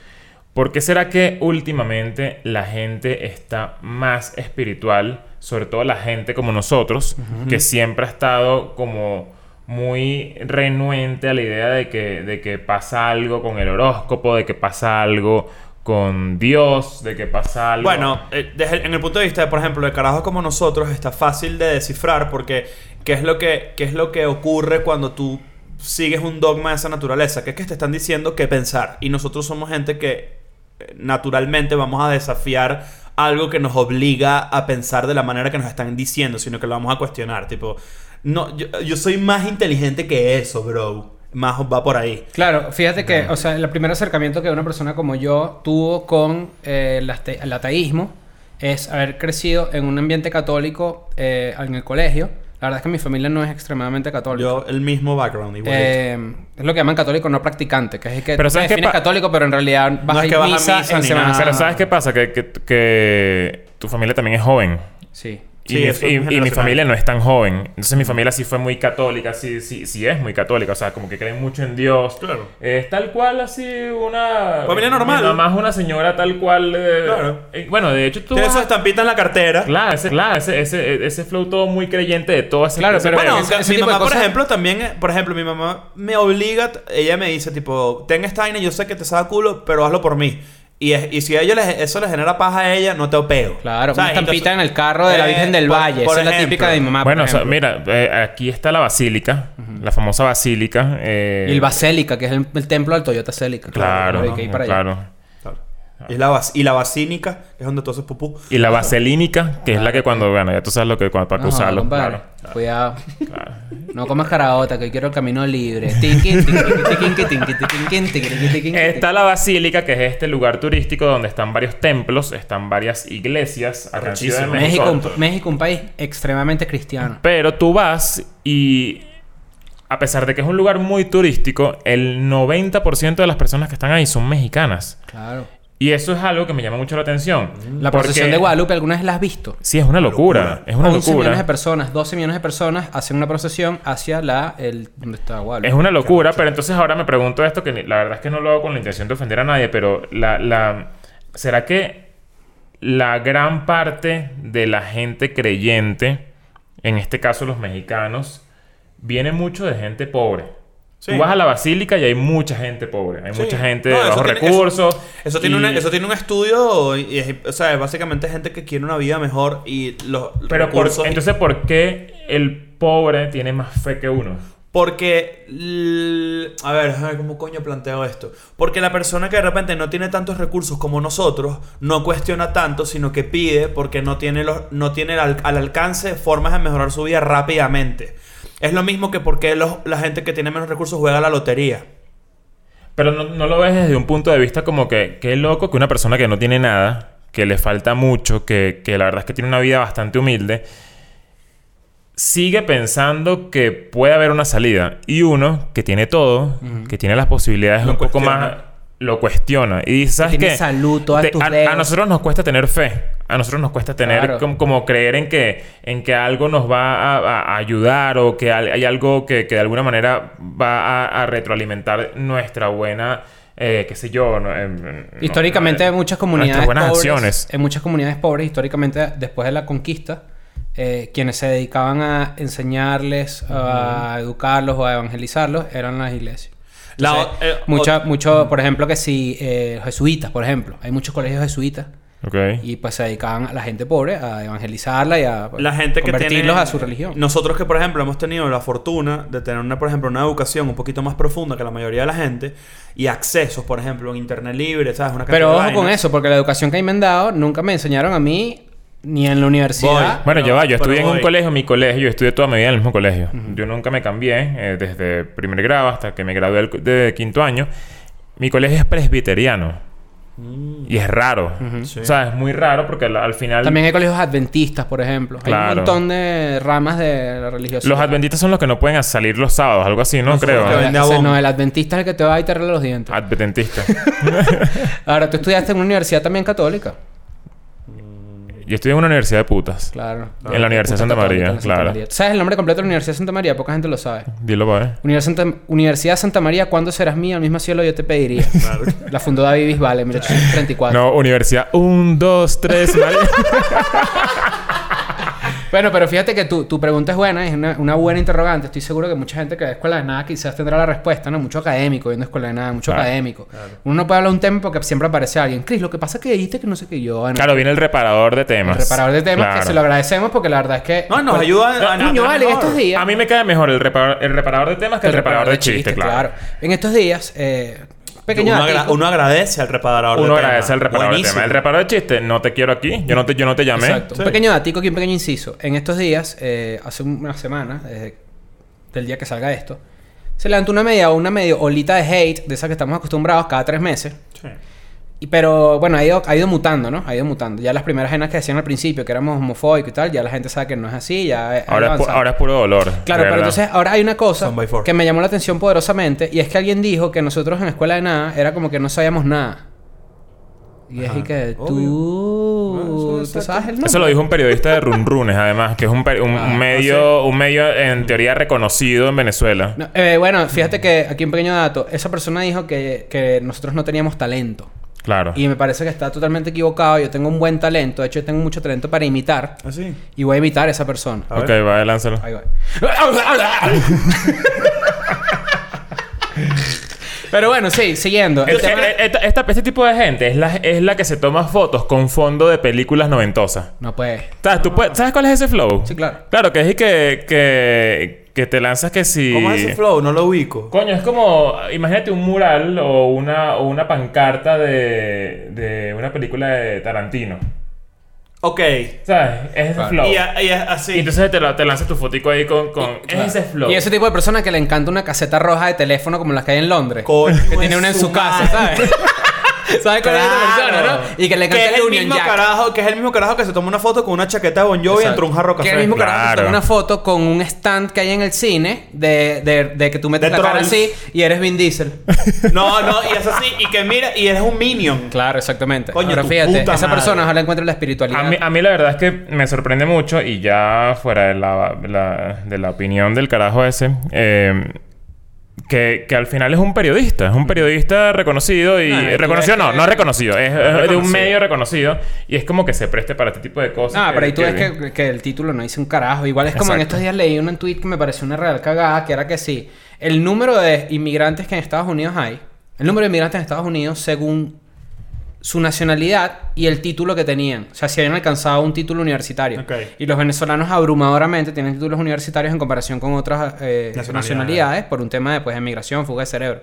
Speaker 2: ¿Por qué será que últimamente la gente está más espiritual, sobre todo la gente como nosotros, que siempre ha estado como muy renuente a la idea de que, de que pasa algo con el horóscopo, de que pasa algo con Dios, de que pasa algo...
Speaker 3: Bueno, eh, desde el- en el punto de vista, por ejemplo, de carajos como nosotros, está fácil de descifrar porque ¿qué es lo que, qué es lo que ocurre cuando tú sigues un dogma de esa naturaleza? Que es que te están diciendo qué pensar. Y nosotros somos gente que eh, naturalmente vamos a desafiar algo que nos obliga a pensar de la manera que nos están diciendo, sino que lo vamos a cuestionar. Tipo, no, yo, yo soy más inteligente que eso, bro. Más va por ahí.
Speaker 4: Claro, fíjate que, o sea, el primer acercamiento que una persona como yo tuvo con eh, el, ate- el ateísmo es haber crecido en un ambiente católico eh, en el colegio. La verdad es que mi familia no es extremadamente católica.
Speaker 3: Yo, el mismo background, igual.
Speaker 4: Eh, es lo que llaman católico no practicante, que es el que
Speaker 2: Pero
Speaker 4: tú te
Speaker 2: ¿sabes qué
Speaker 4: defines
Speaker 2: pa-
Speaker 4: católico, pero en realidad vas
Speaker 3: No es
Speaker 4: a ir
Speaker 3: que vas a
Speaker 4: misa
Speaker 3: misa
Speaker 4: en
Speaker 3: ni
Speaker 4: semana.
Speaker 3: nada.
Speaker 2: Pero ¿sabes qué pasa? Que, que, que tu familia también es joven.
Speaker 4: Sí.
Speaker 2: Y,
Speaker 3: Sí,
Speaker 2: mi,
Speaker 3: eso es
Speaker 2: y- y mi
Speaker 3: generacional.
Speaker 2: familia no es tan joven. Entonces
Speaker 3: Mm.
Speaker 2: mi familia sí fue muy católica, sí, sí, sí es muy católica. O sea, como que creen mucho en Dios.
Speaker 3: Claro.
Speaker 2: Es tal cual así una...
Speaker 3: Familia normal.
Speaker 2: Nada más una señora tal cual... eh,
Speaker 3: Claro.
Speaker 2: eh, bueno, de hecho tú...
Speaker 3: Tiene
Speaker 2: vas
Speaker 3: su
Speaker 2: a-
Speaker 3: estampita en la cartera.
Speaker 2: Claro, ese, claro, ese, ese, ese flow todo muy creyente de todo ese...
Speaker 4: Claro,
Speaker 2: ese
Speaker 4: pero-
Speaker 2: pedo.
Speaker 3: Bueno,
Speaker 4: Ese-
Speaker 3: aunque
Speaker 4: ese
Speaker 3: mi
Speaker 4: tipo de
Speaker 3: mamá, por
Speaker 4: cosas-
Speaker 3: ejemplo, también, eh, por ejemplo, mi mamá me obliga, ella me dice, tipo, ten esta vaina, yo sé que te saca culo, pero hazlo por mí. Y, es- y si a ella les- eso le genera paz a ella, no te opeo.
Speaker 4: Claro, una
Speaker 3: ¿Sabes?
Speaker 4: estampita en
Speaker 3: Entonces-
Speaker 4: el carro de la
Speaker 3: Eh,
Speaker 4: Virgen del
Speaker 3: por-
Speaker 4: Valle.
Speaker 3: por
Speaker 4: Esa es la
Speaker 3: ejemplo.
Speaker 4: típica de mi mamá. ah, por
Speaker 2: bueno, o sea,
Speaker 4: ejemplo.
Speaker 2: mira, eh, aquí está la basílica, la famosa basílica. eh,
Speaker 4: Y el Basílica, que es el, el templo del Toyota Celica.
Speaker 2: Claro,
Speaker 4: Hay que ir para allá.
Speaker 2: claro.
Speaker 3: Claro. Y la, vas- y la basínica, que es donde todo se pupú.
Speaker 2: Y la vaselínica, que es la que cuando, bueno, ya tú sabes lo que cuando, para
Speaker 4: No,
Speaker 2: cruzarlo.
Speaker 4: compadre,
Speaker 2: Claro.
Speaker 4: Cuidado. No comas caraota, que hoy quiero el camino libre. Tinqui, tinqui, tinqui, tinqui, tinqui, tinqui, tinqui, tinqui.
Speaker 2: Está la basílica, que es este lugar turístico donde están varios templos, están varias iglesias. Acá en Ciudad de
Speaker 3: Arrechísimo.
Speaker 2: México.
Speaker 4: México, un- México, un país extremadamente cristiano.
Speaker 2: Pero tú vas y a pesar de que es un lugar muy turístico, el 90% de las personas que están ahí son mexicanas.
Speaker 4: Claro.
Speaker 2: Y eso es algo que me llama mucho la atención.
Speaker 4: La
Speaker 2: Porque-
Speaker 4: procesión de Guadalupe, ¿alguna vez la has visto?
Speaker 2: Sí, es una locura. Es una
Speaker 4: 11 millones de
Speaker 2: locura.
Speaker 4: personas, 12 millones de personas hacen una procesión hacia la... El, ¿Dónde está Guadalupe?
Speaker 2: Es una locura, pero entonces ahora me pregunto esto, que ni- la verdad es que no lo hago con la intención de ofender a nadie, pero la, la- ¿será que la gran parte de la gente creyente, en este caso los mexicanos, viene mucho de gente pobre?
Speaker 3: Sí.
Speaker 2: Tú vas a la basílica y hay mucha gente pobre, hay
Speaker 3: Sí.
Speaker 2: mucha gente
Speaker 3: No,
Speaker 2: de
Speaker 3: eso
Speaker 2: bajos
Speaker 3: tiene-
Speaker 2: recursos.
Speaker 3: Eso, eso tiene
Speaker 2: y-
Speaker 3: una- eso tiene un estudio, y es- o sea, básicamente gente que quiere una vida mejor y los
Speaker 2: Pero por-
Speaker 3: recursos-
Speaker 2: entonces, ¿por qué el pobre tiene más fe que uno?
Speaker 3: Porque. l- A ver, a ver, ¿cómo coño planteo esto? Porque la persona que de repente no tiene tantos recursos como nosotros, no cuestiona tanto, sino que pide porque no tiene, los, no tiene al, al alcance formas de mejorar su vida rápidamente. Es lo mismo que porque los, la gente que tiene menos recursos juega a la lotería.
Speaker 2: Pero no, no lo ves desde un punto de vista como que, qué loco que una persona que no tiene nada, que le falta mucho, que, que la verdad es que tiene una vida bastante humilde, sigue pensando que puede haber una salida. Y uno que tiene todo, que tiene las posibilidades
Speaker 3: Lo
Speaker 2: un poco
Speaker 3: cuestiona.
Speaker 2: más, lo cuestiona. Y dice, ¿sabes
Speaker 4: tiene
Speaker 2: qué?
Speaker 4: salud, todas tus
Speaker 2: a,
Speaker 4: dedos".
Speaker 2: a nosotros nos cuesta tener fe. A nosotros nos cuesta tener
Speaker 4: Claro.
Speaker 2: como, como creer en que, en que algo nos va a, a- a ayudar o que al- hay algo que, que de alguna manera va a, a retroalimentar nuestra buena, eh, qué sé yo. no, em, em, no,
Speaker 4: Históricamente
Speaker 2: eh,
Speaker 4: en muchas
Speaker 2: nuestras
Speaker 4: comunidades
Speaker 2: buenas
Speaker 4: pobres,
Speaker 2: acciones.
Speaker 4: en muchas comunidades pobres, históricamente después de la conquista, eh, quienes se dedicaban a enseñarles, a educarlos o a evangelizarlos eran las iglesias.
Speaker 3: La o-
Speaker 4: Entonces,
Speaker 3: eh,
Speaker 4: mucha- mucho, por ejemplo, que si eh, jesuitas, por ejemplo, hay muchos colegios jesuitas
Speaker 2: Ok.
Speaker 4: y pues se dedicaban a la gente pobre a evangelizarla y a
Speaker 3: la gente que
Speaker 4: Pues, convertirlos
Speaker 3: tiene
Speaker 4: a su religión.
Speaker 3: Nosotros que por ejemplo hemos tenido la fortuna de tener una por ejemplo una educación un poquito más profunda que la mayoría de la gente y accesos por ejemplo en internet libre, sabes, una cantidad
Speaker 4: Pero
Speaker 3: de
Speaker 4: ojo con
Speaker 3: vainas.
Speaker 4: eso, porque la educación que a mí me han dado nunca me enseñaron a mí ni en la universidad.
Speaker 3: Voy.
Speaker 2: Bueno,
Speaker 3: Pero-
Speaker 2: ya va. Yo estudié
Speaker 3: pero
Speaker 2: en un
Speaker 3: voy.
Speaker 2: colegio, mi colegio, yo estudié toda mi vida en el mismo colegio. Yo nunca me cambié eh, desde primer grado hasta que me gradué del cu- de quinto año. Mi colegio es presbiteriano.
Speaker 3: Mm,
Speaker 2: Y es raro.
Speaker 3: Sí.
Speaker 2: O sea, es muy raro porque al, al final...
Speaker 4: También hay colegios adventistas, por ejemplo. Hay
Speaker 2: Claro.
Speaker 4: un montón de ramas de la religión.
Speaker 2: Los adventistas son los que no pueden salir los sábados, algo así, ¿no? creo. ¿eh?
Speaker 3: que vende abono.
Speaker 4: No, el adventista es el que te va a y te arregla los dientes.
Speaker 2: Adventista.
Speaker 4: Ahora, tú estudiaste en una universidad también católica.
Speaker 2: Yo estudié en una universidad de putas.
Speaker 4: Claro.
Speaker 2: En la Universidad de Santa
Speaker 4: Ah, Católica,
Speaker 2: María,
Speaker 4: en la Santa
Speaker 2: claro.
Speaker 4: María. ¿Sabes el nombre completo de la Universidad de Santa María? Poca gente lo sabe.
Speaker 2: Dilo para ver.
Speaker 4: Universidad Santa, Universidad Santa María, ¿cuándo serás mía? Al mismo cielo yo te pediría.
Speaker 3: Claro.
Speaker 4: La fundó David Bisbal en 1834.
Speaker 2: No, universidad. Un, dos, tres, María.
Speaker 4: Bueno, pero fíjate que tu, tu pregunta es buena, es una, una buena interrogante. Estoy seguro que mucha gente que ve Escuela de Nada quizás tendrá la respuesta, ¿no? Mucho académico viendo Escuela de Nada, mucho
Speaker 2: Claro,
Speaker 4: académico. Uno no puede hablar un tema porque siempre aparece alguien. Chris, lo que pasa es que dijiste que no sé qué yo. Bueno,
Speaker 2: claro, viene el reparador de temas.
Speaker 4: el reparador de temas
Speaker 2: Claro.
Speaker 4: que se lo agradecemos porque la verdad es que...
Speaker 3: No, nos
Speaker 4: Pues,
Speaker 3: ayuda a- a
Speaker 4: Coño,
Speaker 3: a-
Speaker 4: vale, en
Speaker 3: mejor.
Speaker 4: estos días...
Speaker 2: A mí me queda mejor el, repara- el reparador de temas que el, reparador, de chistes, claro.
Speaker 4: En estos días, eh, pequeño
Speaker 3: uno,
Speaker 4: datico.
Speaker 3: agra- uno agradece al reparador de
Speaker 2: Uno
Speaker 3: tema.
Speaker 2: agradece al reparador de
Speaker 3: Buenísimo.
Speaker 2: temas. El reparador de chistes, no te quiero aquí. Yo no te, yo no te llamé.
Speaker 4: Exacto.
Speaker 3: Sí.
Speaker 4: Un pequeño datico aquí, un pequeño inciso. En estos días, eh, hace una semana, desde del día que salga esto, se levantó una media, una medio olita de hate, de esas que estamos acostumbrados cada tres meses. Y, pero bueno, ha ido, ha ido mutando, ¿no? Ha ido mutando. Ya las primeras genas que decían al principio que éramos homofóbicos y tal, ya la gente sabe que no es así, ya ha- ha
Speaker 2: Ahora, es pu-
Speaker 4: avanzado.
Speaker 2: ahora es puro dolor.
Speaker 4: Claro,
Speaker 2: de
Speaker 4: pero
Speaker 2: verdad.
Speaker 4: entonces ahora hay una cosa
Speaker 3: Son by four.
Speaker 4: que me llamó la atención poderosamente y es que alguien dijo que nosotros en la escuela de nada era como que no sabíamos nada. Y es
Speaker 3: Ajá,
Speaker 4: y que
Speaker 3: obvio.
Speaker 4: tú...
Speaker 3: Bueno, eso
Speaker 4: ¿Tú
Speaker 3: es
Speaker 4: sabes el nombre?
Speaker 2: Eso lo dijo un periodista de Run Runes, además, que es un, per- un- un
Speaker 4: Ah,
Speaker 2: medio, un medio en teoría reconocido en Venezuela.
Speaker 4: No, eh, bueno, fíjate que aquí un pequeño dato. Esa persona dijo que, que nosotros no teníamos talento.
Speaker 2: Claro.
Speaker 4: Y me parece que está totalmente equivocado. Yo tengo un buen talento. De hecho, yo tengo mucho talento para imitar.
Speaker 3: Así.
Speaker 4: Y voy a imitar a esa persona.
Speaker 3: A
Speaker 2: Ok,
Speaker 3: ver.
Speaker 2: va, lánzalo.
Speaker 4: Ahí va. Pero bueno, sí, siguiendo. El
Speaker 2: Es que,
Speaker 4: tema-
Speaker 2: eh, esta- esta- este tipo de gente es la, es la que se toma fotos con fondo de películas noventosas.
Speaker 4: No pues.
Speaker 2: ¿Sabes, tú puedes- ¿sabes cuál es ese flow?
Speaker 4: Sí, claro.
Speaker 2: Claro, que es y que, que, que te lanzas que si...
Speaker 3: ¿Cómo es ese flow? No lo ubico.
Speaker 2: Coño, es como, imagínate un mural o una, o una pancarta de, de una película de Tarantino.
Speaker 3: Ok.
Speaker 2: ¿Sabes? Es ese
Speaker 4: Claro.
Speaker 2: flow.
Speaker 3: Y, a- y a-
Speaker 2: Y
Speaker 3: así.
Speaker 2: entonces te, la- te lanzas tu fotico ahí con... con
Speaker 4: Claro.
Speaker 2: Es ese flow.
Speaker 4: Y ese tipo de persona que le encanta una caseta roja de teléfono como las que hay en Londres.
Speaker 3: Coño,
Speaker 4: que tiene
Speaker 3: es
Speaker 4: una en
Speaker 3: su
Speaker 4: su casa,
Speaker 3: madre.
Speaker 4: ¿sabes? ¿Sabes cuál es esa
Speaker 3: Claro.
Speaker 4: persona, no? Y que le encanta
Speaker 3: es
Speaker 4: el,
Speaker 3: el
Speaker 4: Union
Speaker 3: mismo
Speaker 4: Jack.
Speaker 3: carajo, que es el mismo carajo que se toma una foto con una chaqueta de Bon Jovi y
Speaker 4: Exacto.
Speaker 3: entró un jarro
Speaker 4: Que
Speaker 3: café.
Speaker 4: el mismo carajo que
Speaker 2: Claro.
Speaker 4: toma una foto con un stand que hay en el cine de, de, de que tú metes
Speaker 3: De
Speaker 4: la cara
Speaker 3: trolls.
Speaker 4: así y eres Vin Diesel.
Speaker 3: No, no, y es así. Y que mira, y eres un minion.
Speaker 4: claro, exactamente.
Speaker 3: Coño,
Speaker 4: Pero
Speaker 3: tu
Speaker 4: fíjate,
Speaker 3: puta
Speaker 4: esa
Speaker 3: madre.
Speaker 4: persona ojalá encuentre la espiritualidad.
Speaker 2: A mí, a mí la verdad es que me sorprende mucho y ya fuera de la, la- de la opinión del carajo ese, eh, que, que al final es un periodista, es un periodista reconocido y...
Speaker 4: No, no, tú
Speaker 2: reconocido
Speaker 4: ves
Speaker 2: no,
Speaker 4: que-
Speaker 2: no reconocido, es, es de un
Speaker 3: reconocido.
Speaker 2: medio reconocido y es como que se preste para este tipo de cosas.
Speaker 4: Ah,
Speaker 2: que-
Speaker 4: pero ahí tú
Speaker 2: que-
Speaker 4: ves que, que el título no dice un carajo. Igual es como en
Speaker 2: Exacto.
Speaker 4: estos días leí un tweet que me pareció una real cagada, que era que sí, el número de inmigrantes que en Estados Unidos hay, el número de inmigrantes en Estados Unidos según su nacionalidad y el título que tenían. O sea, si habían alcanzado un título universitario.
Speaker 3: Ok.
Speaker 4: Y los venezolanos abrumadoramente tienen títulos universitarios en comparación con otras eh,
Speaker 3: Nacionalidades.
Speaker 4: nacionalidades por un tema de, pues, de migración, fuga de cerebro.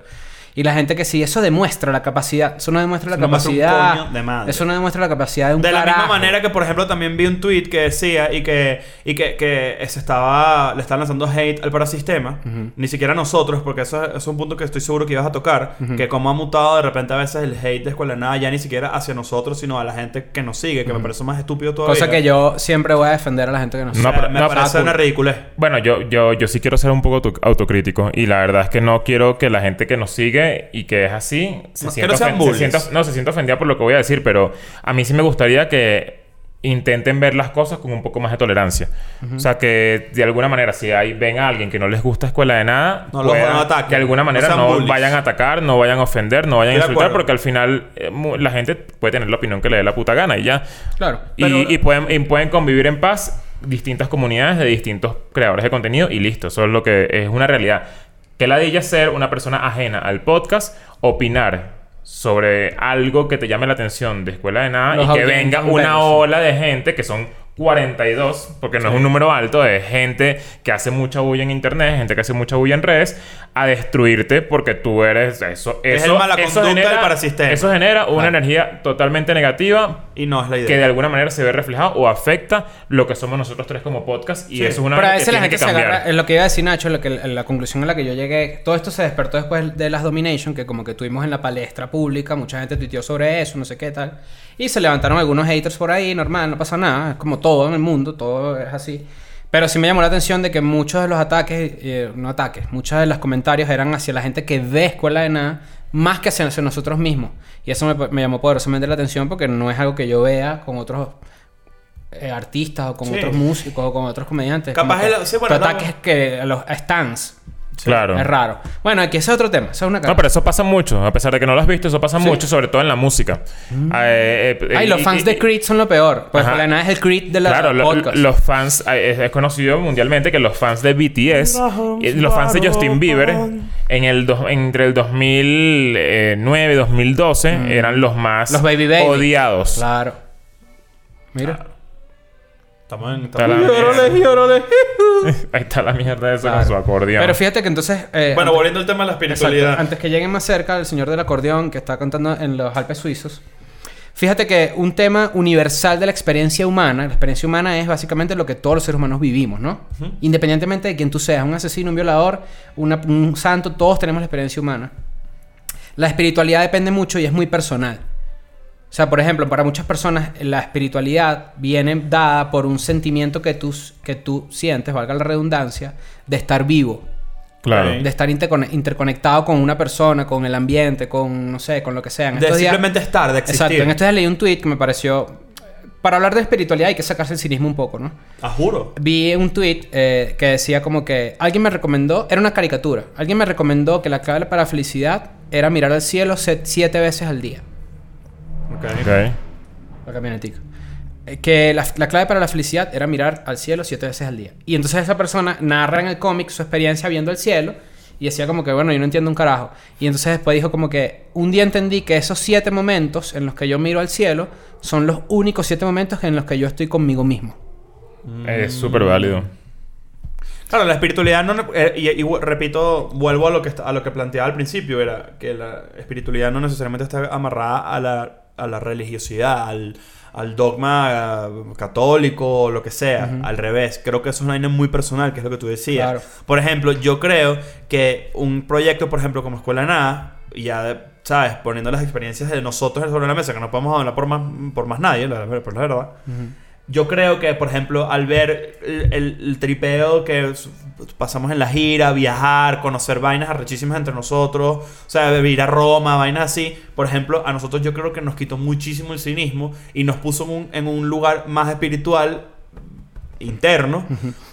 Speaker 4: Y la gente que sí, eso demuestra la capacidad. Eso no demuestra la
Speaker 3: Eso no muestra un
Speaker 4: capacidad.
Speaker 3: coño de madre.
Speaker 4: Eso no demuestra la capacidad de un
Speaker 3: De la misma
Speaker 4: carajo.
Speaker 3: manera que, por ejemplo, también vi un tweet que decía y que, y que, que se estaba, le están lanzando hate al parasistema. Ni siquiera a nosotros, porque eso, es- es un punto que estoy seguro que ibas a tocar. Que como ha mutado de repente a veces el hate de Escuela de Nada, ya ni siquiera hacia nosotros, sino a la gente que nos sigue, que me parece más estúpido todavía.
Speaker 4: Cosa que yo siempre voy a defender a la gente que nos
Speaker 2: No,
Speaker 3: O sea,
Speaker 2: pero-
Speaker 3: me
Speaker 2: no,
Speaker 3: parece
Speaker 2: pero-
Speaker 3: una ridiculez.
Speaker 2: Bueno, yo, yo, yo sí quiero ser un poco auto- autocrítico y la verdad es que no quiero que la gente que nos sigue y que es así se,
Speaker 3: No, que
Speaker 2: sienta,
Speaker 3: no sean
Speaker 2: ofen-
Speaker 3: bullies.
Speaker 2: se sienta- no, se sienta ofendida por lo que voy a decir, pero a mí sí me gustaría que intenten ver las cosas con un poco más de tolerancia. O sea, que de alguna manera si hay, ven a alguien que no les gusta escuela de nada,
Speaker 3: No los- no ataquen.
Speaker 2: de alguna
Speaker 3: No
Speaker 2: manera
Speaker 3: sean
Speaker 2: no,
Speaker 3: bullies.
Speaker 2: vayan a atacar, no vayan a ofender, no vayan a
Speaker 3: Estoy de
Speaker 2: insultar,
Speaker 3: acuerdo.
Speaker 2: porque al final eh, mu- la gente puede tener la opinión que le dé la puta gana y ya.
Speaker 4: Claro.
Speaker 2: Y, y pueden, y pueden convivir en paz distintas comunidades de distintos creadores de contenido y listo. Eso es lo que es una realidad. Que la de ella ser una persona ajena al podcast, opinar sobre algo que te llame la atención de escuela de nada
Speaker 4: Los
Speaker 2: y que
Speaker 4: audiencias
Speaker 2: venga
Speaker 4: versus.
Speaker 2: una ola de gente que son 42, porque no es un número alto, es gente que hace mucha bulla en internet, gente que hace mucha bulla en redes, a destruirte porque tú eres eso. eso
Speaker 3: Es el mala
Speaker 2: eso
Speaker 3: conducta del parasistema.
Speaker 2: Eso genera una energía totalmente negativa
Speaker 3: Y no es la idea.
Speaker 2: que de alguna manera se ve reflejado o afecta lo que somos nosotros tres como podcast y
Speaker 3: Sí.
Speaker 2: eso es una
Speaker 4: Pero a
Speaker 2: vaina que
Speaker 4: veces la
Speaker 2: tiene
Speaker 4: gente
Speaker 2: que
Speaker 4: se
Speaker 2: cambiar.
Speaker 4: agarra... Es lo que iba a decir Nacho, lo que, la conclusión a la que yo llegué... Todo esto se despertó después de las Domination, que como que tuvimos en la palestra pública. Mucha gente tuiteó sobre eso, no sé qué tal. Y se levantaron algunos haters por ahí, normal, no pasa nada. Es como todo en el mundo, todo es así. Pero sí me llamó la atención de que muchos de los ataques... eh, no ataques, muchos de los comentarios eran hacia la gente que ve Escuela de Nada más que hacia hacia nosotros mismos. Y eso me, me llamó poderosamente la atención porque no es algo que yo vea con otros... eh, artistas o con
Speaker 3: Sí.
Speaker 4: otros músicos o con otros comediantes.
Speaker 3: Capaz
Speaker 4: Eh, Como que
Speaker 3: el- sí, bueno,
Speaker 4: tú
Speaker 3: no-
Speaker 4: ataques que a los a stands.
Speaker 2: Claro.
Speaker 4: Es raro. Bueno, aquí ese es otro tema. Eso es una
Speaker 2: No, pero eso pasa mucho. A pesar de que no lo has visto, eso pasa mucho, sobre todo en la música. Eh, eh, eh,
Speaker 4: Mm. Ay, los
Speaker 2: y-
Speaker 4: fans
Speaker 2: y-
Speaker 4: de Creed son lo peor. Pues
Speaker 2: Ajá.
Speaker 4: la nada es el Creed de la
Speaker 2: Claro, lo-
Speaker 4: podcast.
Speaker 2: los fans... eh, Es, es conocido mundialmente que los fans de BTS... eh, los fans de Justin Bieber... En el dos- entre el 2009 y 2012 eran los más
Speaker 4: Mm. Los Baby Baby.
Speaker 2: odiados.
Speaker 4: Claro. Mira.
Speaker 3: Estamos en...
Speaker 2: Está la
Speaker 3: estamos en-
Speaker 2: mierda. Ahí está la mierda esa
Speaker 4: Claro.
Speaker 2: con su acordeón.
Speaker 4: Pero fíjate que entonces. eh,
Speaker 3: Bueno,
Speaker 4: antes-
Speaker 3: volviendo al tema de la
Speaker 4: Exacto.
Speaker 3: espiritualidad.
Speaker 4: Antes que lleguen más cerca, el señor del acordeón que está cantando en los Alpes suizos. Fíjate que un tema universal de la experiencia humana, la experiencia humana es básicamente lo que todos los seres humanos vivimos, ¿no? Independientemente de quién tú seas, un asesino, un violador, una- un santo, todos tenemos la experiencia humana. La espiritualidad depende mucho y es muy personal. O sea, por ejemplo, para muchas personas la espiritualidad viene dada por un sentimiento que tú, que tú sientes, valga la redundancia, de estar vivo.
Speaker 2: Claro.
Speaker 3: Ok.
Speaker 4: De estar intercone- interconectado con una persona, con el ambiente, con, no sé, con lo que sea. En
Speaker 3: De
Speaker 4: estos días-
Speaker 3: simplemente estar, de existir.
Speaker 4: Exacto. En estos días leí un tweet que me pareció... Para hablar de espiritualidad hay que sacarse el cinismo un poco, ¿no?
Speaker 3: Ah, juro.
Speaker 4: Vi un tweet eh, que decía como que alguien me recomendó, era una caricatura, alguien me recomendó que la clave para la felicidad era mirar al cielo se- siete veces al día.
Speaker 2: Ok.
Speaker 4: La camionetica. Eh, Que la, la clave para la felicidad era mirar al cielo siete veces al día. Y entonces esa persona narra en el cómic su experiencia viendo el cielo y decía como que, bueno, yo no entiendo un carajo. Y entonces después dijo como que, un día entendí que esos siete momentos en los que yo miro al cielo son los únicos siete momentos en los que yo estoy conmigo mismo. Mm.
Speaker 2: Es súper válido.
Speaker 3: Claro, la espiritualidad no... eh, y, y vu- repito, vuelvo a lo, que, est- a lo que planteaba al principio. Era que la espiritualidad no necesariamente está amarrada a la, a la religiosidad, al, al dogma eh, católico o lo que sea. Al revés. Creo que eso es una vaina muy personal, que es lo que tú decías.
Speaker 4: Claro.
Speaker 3: Por ejemplo, yo creo que un proyecto, por ejemplo, como Escuela Nada, ya, ¿sabes? Poniendo las experiencias de nosotros sobre la mesa, que no podemos hablar por más, por más nadie, la, por la verdad. Yo creo que, por ejemplo, al ver el, el- el tripeo que s- pasamos en la gira, viajar, conocer vainas arrechísimas entre nosotros, o sea, ir a Roma, vainas así, por ejemplo, a nosotros yo creo que nos quitó muchísimo el cinismo y nos puso en un, en un lugar más espiritual interno,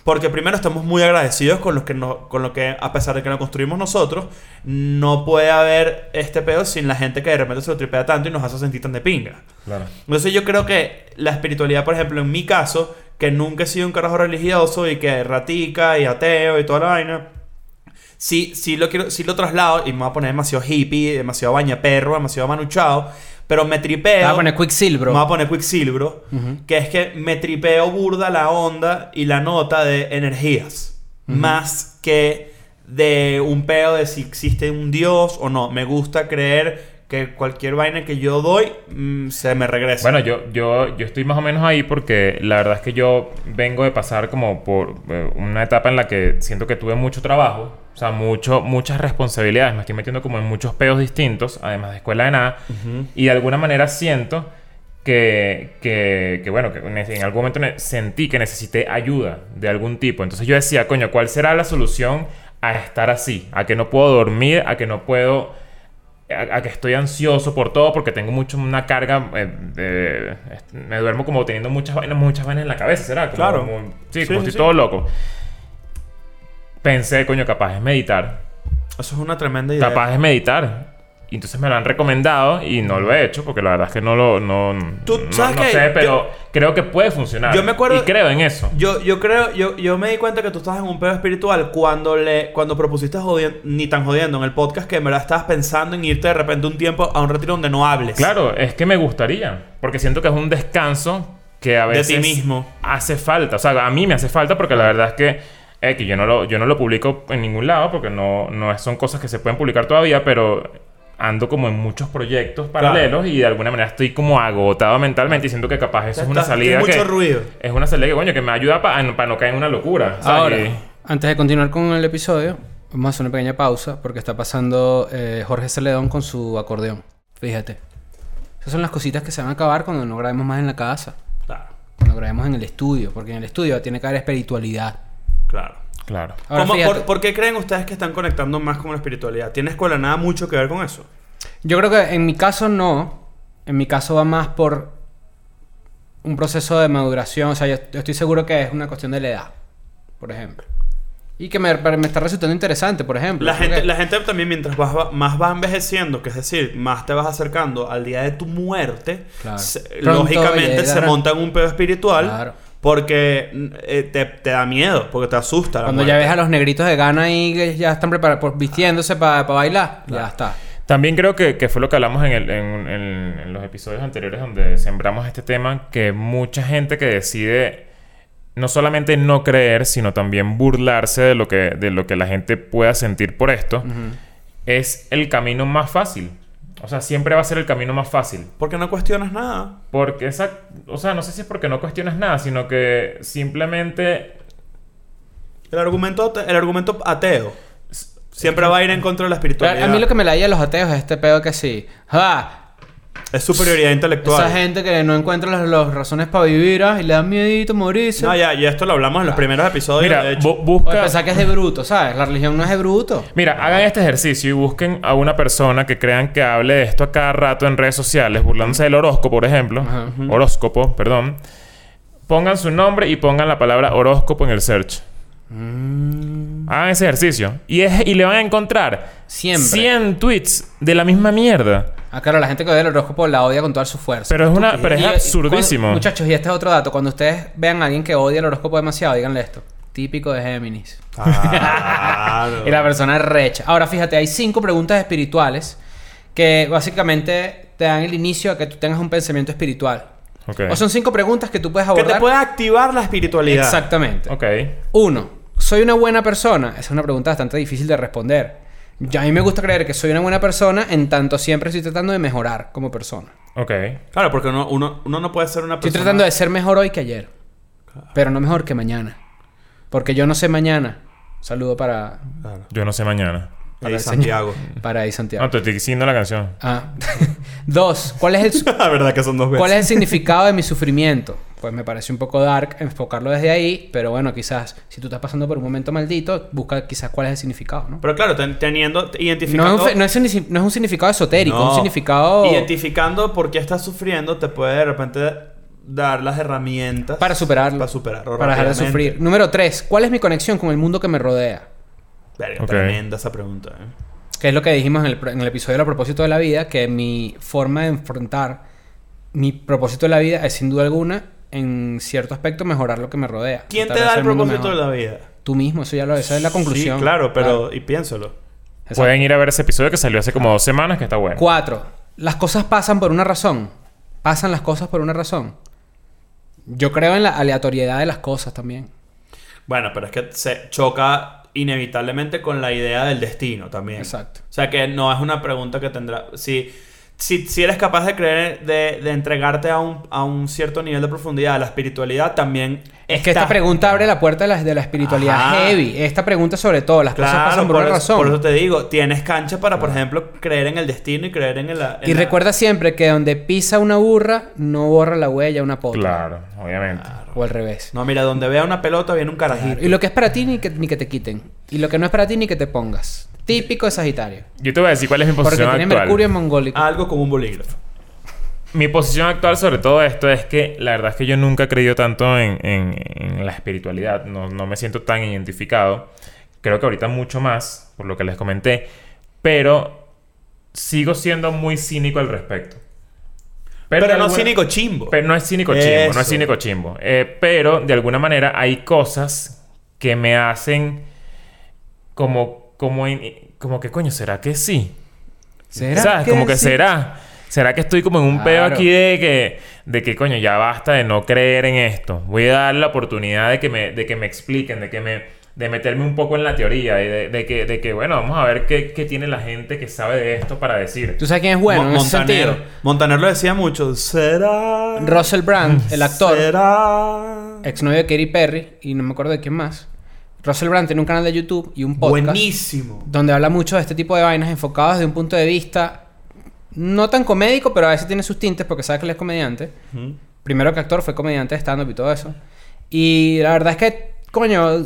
Speaker 3: porque primero estamos muy agradecidos con los que no, con lo que a pesar de que lo construimos nosotros, no puede haber este pedo sin la gente que de repente se lo tripea tanto y nos hace sentir tan de pinga.
Speaker 2: Claro.
Speaker 3: Entonces yo creo que la espiritualidad, por ejemplo, en mi caso, que nunca he sido un carajo religioso y que ratica y ateo y toda la vaina, sí, sí lo quiero, sí lo traslado y me voy a poner demasiado hippie, demasiado bañaperro, demasiado manuchado, pero me tripeo.
Speaker 4: Te voy a poner Ah, Quicksilver.
Speaker 3: Me voy a poner Quicksilvro, que es que me tripeo burda la onda y la nota de energías. Más que de un pedo de si existe un dios o no. Me gusta creer que cualquier vaina que yo doy mm, se me regresa.
Speaker 2: Bueno, yo, yo, yo estoy más o menos ahí porque la verdad es que yo vengo de pasar como por eh, una etapa en la que siento que tuve mucho trabajo, o sea, mucho, muchas responsabilidades, me estoy metiendo como en muchos peos distintos, además de escuela de nada, y de alguna manera siento que, que, que, bueno, que ne- en algún momento ne- sentí que necesité ayuda de algún tipo, entonces yo decía, coño, ¿cuál será la solución a estar así? A que no puedo dormir, a que no puedo a, a que estoy ansioso por todo porque tengo mucho una carga eh, de- est- me duermo como teniendo muchas vainas muchas vainas en la cabeza será Como-
Speaker 3: Claro.
Speaker 2: como-
Speaker 3: Sí,
Speaker 2: sí, como
Speaker 3: sí,
Speaker 2: estoy
Speaker 3: sí.
Speaker 2: todo loco pensé coño capaz es meditar
Speaker 3: Eso es una tremenda idea.
Speaker 2: capaz es meditar y entonces me lo han recomendado y no lo he hecho porque la verdad es que no lo no,
Speaker 3: Tú
Speaker 2: no,
Speaker 3: sabes
Speaker 2: no
Speaker 3: que
Speaker 2: sé
Speaker 3: yo-
Speaker 2: pero creo que puede funcionar
Speaker 3: Yo me acuerdo-
Speaker 2: y creo en eso
Speaker 3: Yo, yo creo, yo, yo me di cuenta que tú estabas en un pedo espiritual cuando le cuando propusiste jodien- ni tan jodiendo en el podcast que en verdad estabas pensando en irte de repente un tiempo a un retiro donde no hables.
Speaker 2: Claro, es que me gustaría, porque siento que es un descanso que a
Speaker 3: De
Speaker 2: veces
Speaker 3: ti mismo.
Speaker 2: hace falta, o sea, a mí me hace falta porque la verdad es que eh, que yo no lo yo no lo publico en ningún lado porque no no es- son cosas que se pueden publicar todavía, pero ando como en muchos proyectos paralelos y de alguna manera estoy como agotado mentalmente y siento que capaz eso es una
Speaker 3: Estás-
Speaker 2: salida
Speaker 3: tienes
Speaker 2: que
Speaker 3: mucho ruido.
Speaker 2: es una salida que coño que me ayuda para no caer en una locura, o sea,
Speaker 4: Ahora,
Speaker 2: que-
Speaker 4: antes de continuar con el episodio, vamos a hacer una pequeña pausa porque está pasando eh, Jorge Celedón con su acordeón. Fíjate. Esas son las cositas que se van a acabar cuando no grabemos más en la casa,
Speaker 3: Claro.
Speaker 4: cuando grabemos en el estudio, porque en el estudio tiene que haber espiritualidad.
Speaker 3: Claro.
Speaker 2: claro.
Speaker 4: Ahora,
Speaker 3: ¿Cómo-
Speaker 4: fíjate,
Speaker 3: por, por qué creen ustedes que están conectando más con la espiritualidad? ¿Tiene escuela nada mucho que ver con eso?
Speaker 4: Yo creo que en mi caso no. En mi caso va más por un proceso de maduración. O sea, yo, yo estoy seguro que es una cuestión de la edad, por ejemplo. Y que me, me está resultando interesante, por ejemplo.
Speaker 3: La
Speaker 4: Creo
Speaker 3: gente,
Speaker 4: que-
Speaker 3: la gente también mientras vas- va- más vas envejeciendo, que es decir, más te vas acercando al día de tu muerte,
Speaker 4: Claro.
Speaker 3: se-
Speaker 4: Pronto
Speaker 3: lógicamente se
Speaker 4: llegará.
Speaker 3: monta en un pedo espiritual
Speaker 4: Claro.
Speaker 3: porque mm, eh, te, te da miedo, porque te asusta. la
Speaker 4: Cuando ya
Speaker 3: muerte.
Speaker 4: ves a los negritos de Ghana y que ya están preparados, por- vistiéndose para bailar, ya está.
Speaker 2: También creo que, que fue lo que hablamos en, el- en- en- en los episodios anteriores donde sembramos este tema, que mucha gente que decide no solamente no creer, sino también burlarse de lo que, de lo que la gente pueda sentir por esto, es el camino más fácil. O sea, siempre va a ser el camino más fácil.
Speaker 3: Porque no cuestionas nada.
Speaker 2: Porque esa... O sea, no sé si es porque no cuestionas nada, sino que simplemente...
Speaker 3: El argumento, el argumento ateo siempre va a ir en contra de la
Speaker 4: Pero
Speaker 3: espiritualidad.
Speaker 4: a mí lo que me la di a los ateos es este pedo que sí. ¡Ah!
Speaker 3: Es superioridad intelectual.
Speaker 4: Esa gente que no encuentra las, las razones para vivir ah, y le da miedito morirse.
Speaker 3: No, ya, ya esto lo hablamos en los primeros episodios. de
Speaker 2: Mira,
Speaker 3: hecho.
Speaker 4: O de
Speaker 2: bu- busca...
Speaker 4: pensar que es de bruto, ¿sabes? La religión no es de bruto.
Speaker 2: Mira, hagan este ejercicio y busquen a una persona que crean que hable de esto a cada rato en redes sociales, burlándose del horóscopo, por ejemplo.
Speaker 4: Ajá.
Speaker 2: Horóscopo, perdón. Pongan su nombre y pongan la palabra horóscopo en el search. Hagan ese ejercicio. Y, es, y le van a encontrar
Speaker 4: Mm. Siempre.
Speaker 2: 100 tweets de la misma mierda.
Speaker 4: Ah, claro, la gente que odia el horóscopo la odia con toda su fuerza.
Speaker 2: Pero es, una, pero es
Speaker 4: Y- y-
Speaker 2: absurdísimo.
Speaker 4: cuando- muchachos, y este es otro dato. Cuando ustedes vean a alguien que odia el horóscopo demasiado, díganle esto. Típico de Géminis.
Speaker 3: Claro.
Speaker 4: Y la persona es recha. Ahora, fíjate, hay cinco preguntas espirituales que básicamente te dan el inicio a que tú tengas un pensamiento espiritual.
Speaker 2: Ok.
Speaker 4: O son cinco preguntas que tú puedes
Speaker 3: que
Speaker 4: abordar.
Speaker 3: te pueda activar la espiritualidad.
Speaker 4: Exactamente.
Speaker 2: Ok.
Speaker 4: Uno, ¿soy una buena persona? Esa es una pregunta bastante difícil de responder. Ya a mí me gusta creer que soy una buena persona en tanto siempre estoy tratando de mejorar como persona.
Speaker 2: Ok.
Speaker 3: Claro, porque uno, uno, uno no puede ser una
Speaker 4: Estoy
Speaker 3: persona.
Speaker 4: tratando de ser mejor hoy que ayer. Pero no mejor que mañana. Porque yo no sé mañana. Saludo para,
Speaker 3: Claro.
Speaker 2: Yo no sé mañana.
Speaker 4: para
Speaker 3: Ey,
Speaker 4: el
Speaker 3: Santiago.
Speaker 4: señor- Para ahí Santiago.
Speaker 2: No, te estoy diciendo la canción.
Speaker 4: Ah. Dos, ¿cuál es, el,
Speaker 3: la verdad que son dos veces.
Speaker 4: ¿cuál es el significado de mi sufrimiento? Pues me parece un poco dark enfocarlo desde ahí, pero bueno, quizás si tú estás pasando por un momento maldito, busca quizás cuál es el significado, ¿no?
Speaker 3: Pero claro, ten- teniendo,
Speaker 4: No es,
Speaker 3: identificando.
Speaker 4: un, fe- no es un signi- no es un significado esotérico,
Speaker 3: No.
Speaker 4: un significado
Speaker 3: Identificando por qué estás sufriendo, te puede de repente dar las herramientas.
Speaker 4: para superarlo.
Speaker 3: Para superarlo.
Speaker 4: Para dejar de
Speaker 3: rápidamente.
Speaker 4: sufrir. Número tres, ¿cuál es mi conexión con el mundo que me rodea?
Speaker 3: Verga,
Speaker 2: Ok.
Speaker 3: tremenda esa pregunta. ¿eh?
Speaker 4: Que es lo que dijimos en el, pro- en el episodio de A propósito de la vida, que mi forma de enfrentar mi propósito de la vida es sin duda alguna, en cierto aspecto, mejorar lo que me rodea.
Speaker 3: ¿Quién te
Speaker 4: Tratar de
Speaker 3: da
Speaker 4: hacer
Speaker 3: el
Speaker 4: mundo
Speaker 3: propósito de
Speaker 4: mejor.
Speaker 3: la vida?
Speaker 4: Tú mismo, eso ya lo esa es la conclusión.
Speaker 3: Sí, claro, pero. Y piénsalo.
Speaker 4: Exacto.
Speaker 2: Pueden ir a ver ese episodio que salió hace como dos semanas que está bueno.
Speaker 4: Cuatro, las cosas pasan por una razón. Pasan las cosas por una razón. Yo creo en la aleatoriedad de las cosas también.
Speaker 3: Bueno, pero es que se choca inevitablemente con la idea del destino también.
Speaker 4: Exacto.
Speaker 3: O sea que no es una pregunta que tendrá. Si, si, si eres capaz de creer, de, de entregarte a un, a un cierto nivel de profundidad, a la espiritualidad también.
Speaker 4: Es que esta
Speaker 3: está-
Speaker 4: pregunta abre la puerta de la, de la espiritualidad
Speaker 3: Ajá.
Speaker 4: heavy. Esta pregunta sobre todo, las cosas
Speaker 3: Claro,
Speaker 4: pasan por
Speaker 3: por,
Speaker 4: una
Speaker 3: eso,
Speaker 4: razón.
Speaker 3: por eso te digo, tienes cancha para, por ejemplo, creer en el destino y creer en la. en
Speaker 4: Y
Speaker 3: la-
Speaker 4: recuerda siempre que donde pisa una burra, no borra la huella una pota.
Speaker 2: Claro, obviamente.
Speaker 4: O al revés.
Speaker 3: No, mira, donde vea una pelota viene un carajito.
Speaker 4: Y lo que es para ti, ni que, ni que te quiten. Y lo que no es para ti, ni que te pongas. Típico de Sagitario.
Speaker 2: Yo te voy a decir cuál es mi
Speaker 4: Porque
Speaker 2: posición
Speaker 4: tiene
Speaker 2: actual.
Speaker 4: mercurio en mongólico.
Speaker 3: Algo como un bolígrafo.
Speaker 2: Mi posición actual sobre todo esto es que la verdad es que yo nunca he creído tanto en, en- en la espiritualidad, no, no me siento tan identificado, creo que ahorita mucho más, por lo que les comenté, pero sigo siendo muy cínico al respecto.
Speaker 3: Pero,
Speaker 2: de
Speaker 3: no
Speaker 2: alguna-
Speaker 3: cínico chimbo.
Speaker 2: Pero no es cínico chimbo, no es
Speaker 3: Eso.
Speaker 2: cínico chimbo. Eh, pero de alguna manera hay cosas que me hacen como, como, en- como que coño, ¿será que sí?
Speaker 4: ¿Será
Speaker 2: ¿Sabes? como que
Speaker 4: sí?
Speaker 2: será. ¿Será que estoy como en un peo
Speaker 4: Claro.
Speaker 2: aquí de que, de que, coño, ya basta de no creer en esto? Voy a dar la oportunidad de que me, de que me expliquen, de que me, de meterme un poco en la teoría y de, de que, de que, bueno, vamos a ver qué, qué tiene la gente que sabe de esto para decir.
Speaker 4: ¿Tú sabes quién es bueno
Speaker 3: Mo-
Speaker 4: en ese
Speaker 3: Montaner.
Speaker 4: sentido?
Speaker 3: Montaner lo decía mucho. Será.
Speaker 4: Russell Brand,
Speaker 3: Mm.
Speaker 4: el actor,
Speaker 3: Será.
Speaker 4: exnovio de Katy Perry, y no me acuerdo de quién más. Russell Brand tiene un canal de YouTube y un podcast.
Speaker 3: Buenísimo.
Speaker 4: donde habla mucho de este tipo de vainas enfocadas desde un punto de vista no tan comédico, pero a veces tiene sus tintes porque sabe que él es comediante.
Speaker 3: Ujú.
Speaker 4: Primero que actor, fue comediante de stand-up y todo eso. Y la verdad es que, coño,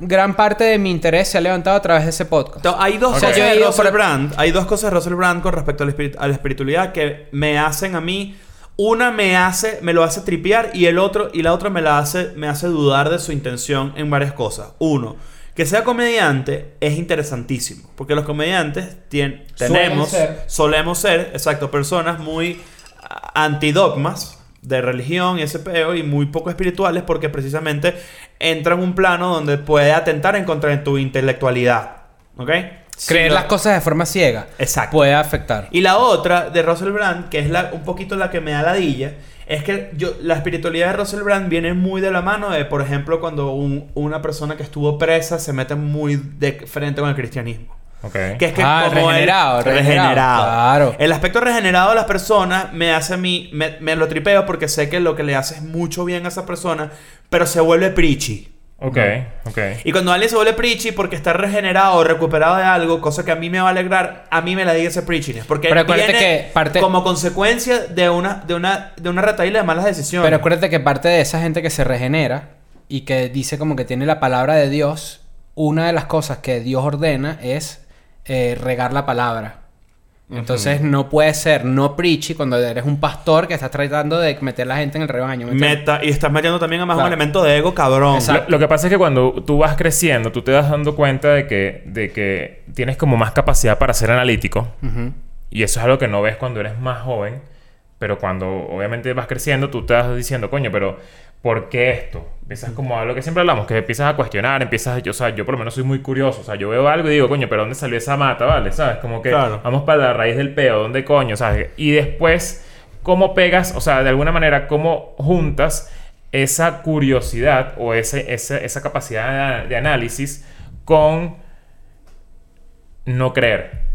Speaker 4: gran parte de mi interés se ha levantado a través de ese podcast.
Speaker 3: Entonces, hay dos
Speaker 2: Ok.
Speaker 3: cosas
Speaker 2: Yo
Speaker 4: he
Speaker 3: de
Speaker 4: ido
Speaker 3: Russell
Speaker 4: por-
Speaker 3: Brand. Hay dos cosas de Russell Brand con respecto a la, espirit- a la espiritualidad que me hacen a mí. Una me hace, me lo hace tripear y el otro, y la otra me la hace, me hace dudar de su intención en varias cosas. Uno, que sea comediante es interesantísimo. Porque los comediantes tien-
Speaker 4: Suelen
Speaker 3: tenemos,
Speaker 4: ser.
Speaker 3: solemos ser, exacto, personas muy ah, antidogmas de religión y ese peo y muy poco espirituales porque precisamente entra en un plano donde puede atentar en contra de tu intelectualidad. ¿Ok?
Speaker 4: Creer
Speaker 3: Sí,
Speaker 4: las
Speaker 3: lo-
Speaker 4: cosas de forma ciega
Speaker 3: Exacto.
Speaker 4: puede afectar.
Speaker 3: Y la otra de Russell Brand, que es la, un poquito la que me da ladilla, es que yo, la espiritualidad de Russell Brand viene muy de la mano de, por ejemplo, cuando un- una persona que estuvo presa se mete muy de frente con el cristianismo.
Speaker 2: Ok.
Speaker 3: Que es que
Speaker 4: Ah,
Speaker 3: como él-
Speaker 4: regenerado, regenerado, claro.
Speaker 3: El aspecto regenerado de las personas me hace a mí, me, me lo tripeo porque sé que lo que le hace es mucho bien a esa persona, pero se vuelve preachy.
Speaker 2: Ok, ok.
Speaker 3: Y cuando alguien se vuelve preachy porque está regenerado o recuperado de algo, cosa que a mí me va a alegrar, a mí me la diga ese preachiness. Porque
Speaker 4: Pero acuérdate
Speaker 3: viene
Speaker 4: que parte-
Speaker 3: como consecuencia de una, de una, de una retahíla de malas decisiones.
Speaker 4: Pero acuérdate que parte de esa gente que se regenera y que dice como que tiene la palabra de Dios, una de las cosas que Dios ordena es eh, regar la palabra. Entonces no puede ser no preachy cuando eres un pastor que estás tratando de meter la gente en el rebaño. ¿me entiendes?
Speaker 3: Meta, y estás metiendo también además
Speaker 4: Claro.
Speaker 3: un elemento de ego cabrón.
Speaker 4: Exacto.
Speaker 2: Lo, lo que pasa es que cuando tú vas creciendo, tú te vas dando cuenta de que, de que tienes como más capacidad para ser analítico.
Speaker 4: Ujú.
Speaker 2: Y eso es algo que no ves cuando eres más joven. Pero cuando obviamente vas creciendo, tú te vas diciendo, coño, pero ¿por qué esto? Empiezas como a lo que siempre hablamos, que empiezas a cuestionar, empiezas, yo, o sea, yo por lo menos soy muy curioso, o sea, yo veo algo y digo, coño, pero ¿dónde salió esa mata? ¿Vale? ¿Sabes? Como que
Speaker 3: Claro.
Speaker 2: vamos para la raíz del peo, ¿dónde coño? ¿Sabes? Y después, ¿cómo pegas, o sea, de alguna manera, cómo juntas esa curiosidad o ese, ese- esa capacidad de análisis con no creer?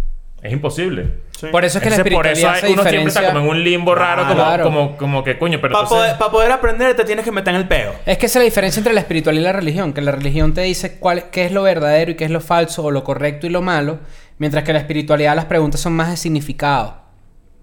Speaker 2: Es imposible.
Speaker 3: Sí.
Speaker 4: Por eso es que la
Speaker 2: Entonces, por eso
Speaker 4: espiritualidad
Speaker 2: hay-
Speaker 4: se
Speaker 2: uno siempre
Speaker 4: diferencia-
Speaker 2: está como en un limbo raro, como,
Speaker 4: Claro.
Speaker 2: como, como que coño, pero
Speaker 3: Para
Speaker 2: entonces-
Speaker 3: poder, pa' poder aprender te tienes que meter en el peo.
Speaker 4: Es que esa es la diferencia entre la espiritualidad y la religión, que la religión te dice cuál, qué es lo verdadero y qué es lo falso, o lo correcto y lo malo, mientras que la espiritualidad las preguntas son más de significado,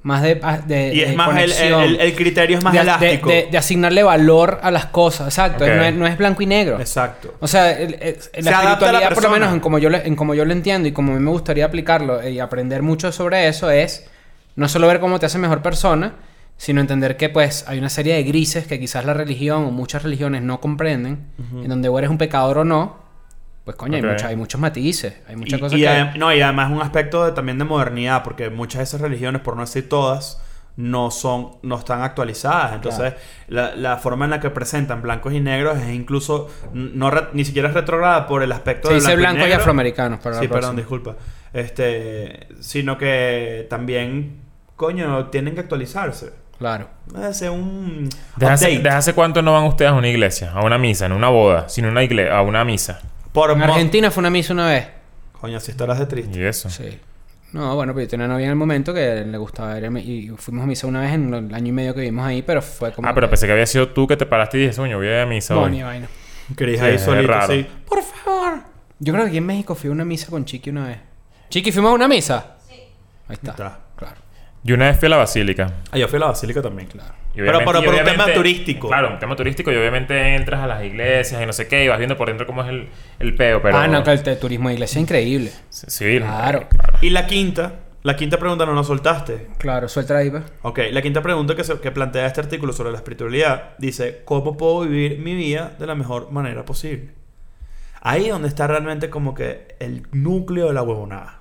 Speaker 4: más de, ah, de-
Speaker 3: Y es
Speaker 4: de
Speaker 3: más el,
Speaker 4: conexión.
Speaker 3: el- el criterio es más
Speaker 4: de, de-
Speaker 3: elástico.
Speaker 4: de- de asignarle valor a las cosas, exacto.
Speaker 2: Ok.
Speaker 4: No, es, no es blanco y negro.
Speaker 3: Exacto.
Speaker 4: O sea, el- el- la
Speaker 3: adapta a la
Speaker 4: espiritualidad, por lo
Speaker 3: persona.
Speaker 4: menos en como, yo le- en como yo lo entiendo y como a mí me gustaría aplicarlo eh, y aprender mucho sobre eso, es no solo ver cómo te hace mejor persona, sino entender que pues hay una serie de grises que quizás la religión o muchas religiones no comprenden, en donde o eres un pecador o no. Pues coño,
Speaker 2: Ok.
Speaker 4: hay, mucha- hay muchos matices, hay muchas
Speaker 3: y,
Speaker 4: cosas
Speaker 3: y
Speaker 4: que...
Speaker 3: adem- no, y además un aspecto de- también de modernidad, porque muchas de esas religiones, por no decir todas, no son, no están actualizadas. Entonces, la, la forma en la que presentan blancos y negros es incluso n- no re- ni siquiera es retrograda por el aspecto
Speaker 4: se
Speaker 3: de
Speaker 4: dice blanco y,
Speaker 3: negro.
Speaker 4: afroamericanos para la
Speaker 3: Sí, perdón,
Speaker 4: próxima.
Speaker 3: disculpa. Este, sino que también, coño, tienen que actualizarse.
Speaker 4: Claro.
Speaker 3: Hace un
Speaker 2: ¿Desde hace,
Speaker 3: update.
Speaker 2: desde hace cuánto no van ustedes a una iglesia? A una misa, no una boda, sino una igle- a una misa.
Speaker 3: Por
Speaker 4: En
Speaker 3: mo-
Speaker 4: Argentina fue una misa una vez.
Speaker 3: Coño, si estarás de triste.
Speaker 2: Y eso.
Speaker 4: Sí. No, bueno, pero yo tenía una novia en el momento que le gustaba ir a mi- y fuimos a misa una vez en el año y medio que vivimos ahí, pero fue como
Speaker 2: Ah, pero
Speaker 4: que-
Speaker 2: pensé que había sido tú que te paraste y dijiste, coño, voy a ir a misa
Speaker 4: No,
Speaker 2: hoy.
Speaker 4: ni vaina.
Speaker 3: Chris
Speaker 2: Sí,
Speaker 3: ahí
Speaker 2: es
Speaker 3: solito,
Speaker 2: raro.
Speaker 3: sí.
Speaker 4: Por favor. Yo creo que aquí en México fui a una misa con Chiqui una vez. Chiqui, ¿fuimos a una misa? Sí. Ahí está.
Speaker 3: Está.
Speaker 4: Claro.
Speaker 2: Yo una vez fui a la basílica.
Speaker 3: Ah, yo fui a la basílica también, claro.
Speaker 2: Y
Speaker 3: Pero,
Speaker 2: obviamente-
Speaker 3: pero
Speaker 2: y
Speaker 3: por un tema
Speaker 2: obviamente-
Speaker 3: turístico.
Speaker 2: Claro, un tema turístico y obviamente entras a las iglesias y no sé qué y vas viendo por dentro cómo es el, el peo, pero...
Speaker 4: Ah, no, que el Ah, te- turismo de iglesia es increíble.
Speaker 2: Sí,
Speaker 4: Claro.
Speaker 3: Y la quinta, la quinta pregunta no nos soltaste.
Speaker 4: Claro, suelta ahí, pues.
Speaker 3: Ok, la quinta pregunta que, se- que plantea este artículo sobre la espiritualidad dice, ¿cómo puedo vivir mi vida de la mejor manera posible? Ahí es donde está realmente como que el núcleo de la huevonada.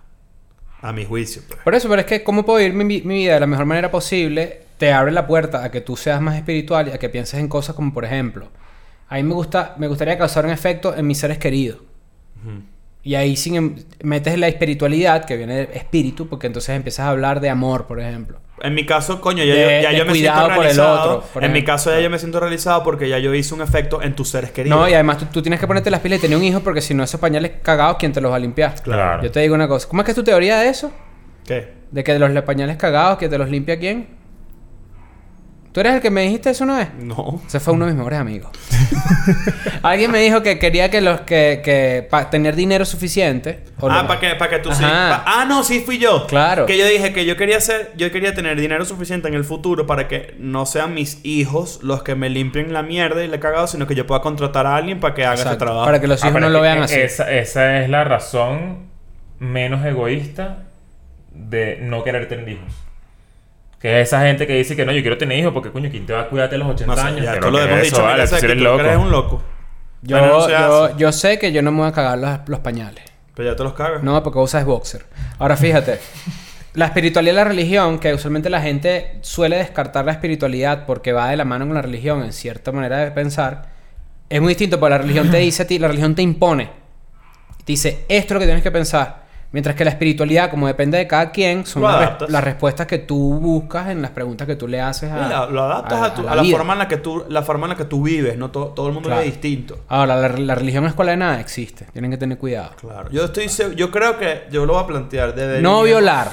Speaker 3: A mi juicio, pues.
Speaker 4: Por eso, pero es que cómo puedo vivir mi, vi- mi vida de la mejor manera posible te abre la puerta a que tú seas más espiritual y a que pienses en cosas como, por ejemplo, a mí me, gusta, me gustaría causar un efecto en mis seres queridos. Y ahí sin, em- metes la espiritualidad, que viene de espíritu, porque entonces empiezas a hablar de amor, por ejemplo.
Speaker 3: En mi caso, coño, ya,
Speaker 4: De-
Speaker 3: yo- ya
Speaker 4: de
Speaker 3: yo me siento
Speaker 4: cuidado por el
Speaker 3: realizado.
Speaker 4: otro, por
Speaker 3: en mi
Speaker 4: ejemplo.
Speaker 3: caso, ya yo me siento realizado porque ya yo hice un efecto en tus seres queridos.
Speaker 4: No, y además tú, tú tienes que ponerte las pilas y tener un hijo, porque si no, esos pañales cagados, ¿quién te los va a limpiar?
Speaker 2: Claro.
Speaker 4: Yo te digo una cosa. ¿Cómo es que es tu teoría de eso?
Speaker 3: ¿Qué?
Speaker 4: De que los pañales cagados, que te los limpia quién. ¿Tú eres el que me dijiste eso una vez?
Speaker 3: No.
Speaker 4: Ese fue uno de mis mejores amigos. Alguien me dijo que quería que los que, que para tener dinero suficiente. o
Speaker 3: Ah,
Speaker 4: lo-
Speaker 3: para que, para que tú sí.
Speaker 4: Ajá.
Speaker 3: pa- ah, no, sí fui yo.
Speaker 4: Claro.
Speaker 3: Que yo dije que yo quería hacer, yo quería tener dinero suficiente en el futuro para que no sean mis hijos los que me limpien la mierda y la he cagado, sino que yo pueda contratar a alguien para que haga ese
Speaker 4: Exacto,
Speaker 3: trabajo.
Speaker 4: Para que los
Speaker 2: Ah,
Speaker 4: hijos
Speaker 2: pero
Speaker 4: no
Speaker 2: es
Speaker 4: lo
Speaker 2: que
Speaker 4: vean así.
Speaker 2: Esa, esa es la razón menos egoísta de no querer tener hijos. Que es esa gente que dice que no, yo quiero tener hijos porque, coño, ¿quién te va a cuidarte a los 80
Speaker 3: No sé,
Speaker 2: años?
Speaker 3: ya,
Speaker 2: Que
Speaker 3: esto
Speaker 2: no,
Speaker 3: lo
Speaker 2: que
Speaker 3: hemos
Speaker 2: eso,
Speaker 3: dicho.
Speaker 2: vale,
Speaker 3: mira,
Speaker 2: tú
Speaker 3: sabes
Speaker 2: sí
Speaker 3: que
Speaker 2: eres
Speaker 3: tú
Speaker 2: loco.
Speaker 3: eres un loco.
Speaker 4: Yo,
Speaker 3: Bueno, no se hace.
Speaker 4: yo, yo sé que yo no me voy a cagar los, los pañales.
Speaker 3: Pero ya te los cagas.
Speaker 4: No, porque usas boxer. Ahora fíjate. La espiritualidad y la religión, que usualmente la gente suele descartar la espiritualidad porque va de la mano con la religión en cierta manera de pensar, es muy distinto porque la religión te dice a ti, la religión te impone. Te dice, esto es lo que tienes que pensar. Mientras que la espiritualidad, como depende de cada quien, son
Speaker 3: Lo
Speaker 4: las, res-
Speaker 3: adaptas.
Speaker 4: las respuestas que tú buscas en las preguntas que tú le haces a.
Speaker 3: Y la- lo adaptas a, tu- a la,
Speaker 4: vida.
Speaker 3: forma en la que tú, la forma en la que tú vives, no todo, todo el mundo
Speaker 4: Claro.
Speaker 3: es distinto.
Speaker 4: Ahora, la, la religión es escuela de nada existe. Tienen que tener cuidado.
Speaker 3: Claro. Yo estoy seg- yo creo que yo lo voy a plantear. Deberíamos,
Speaker 4: No violar.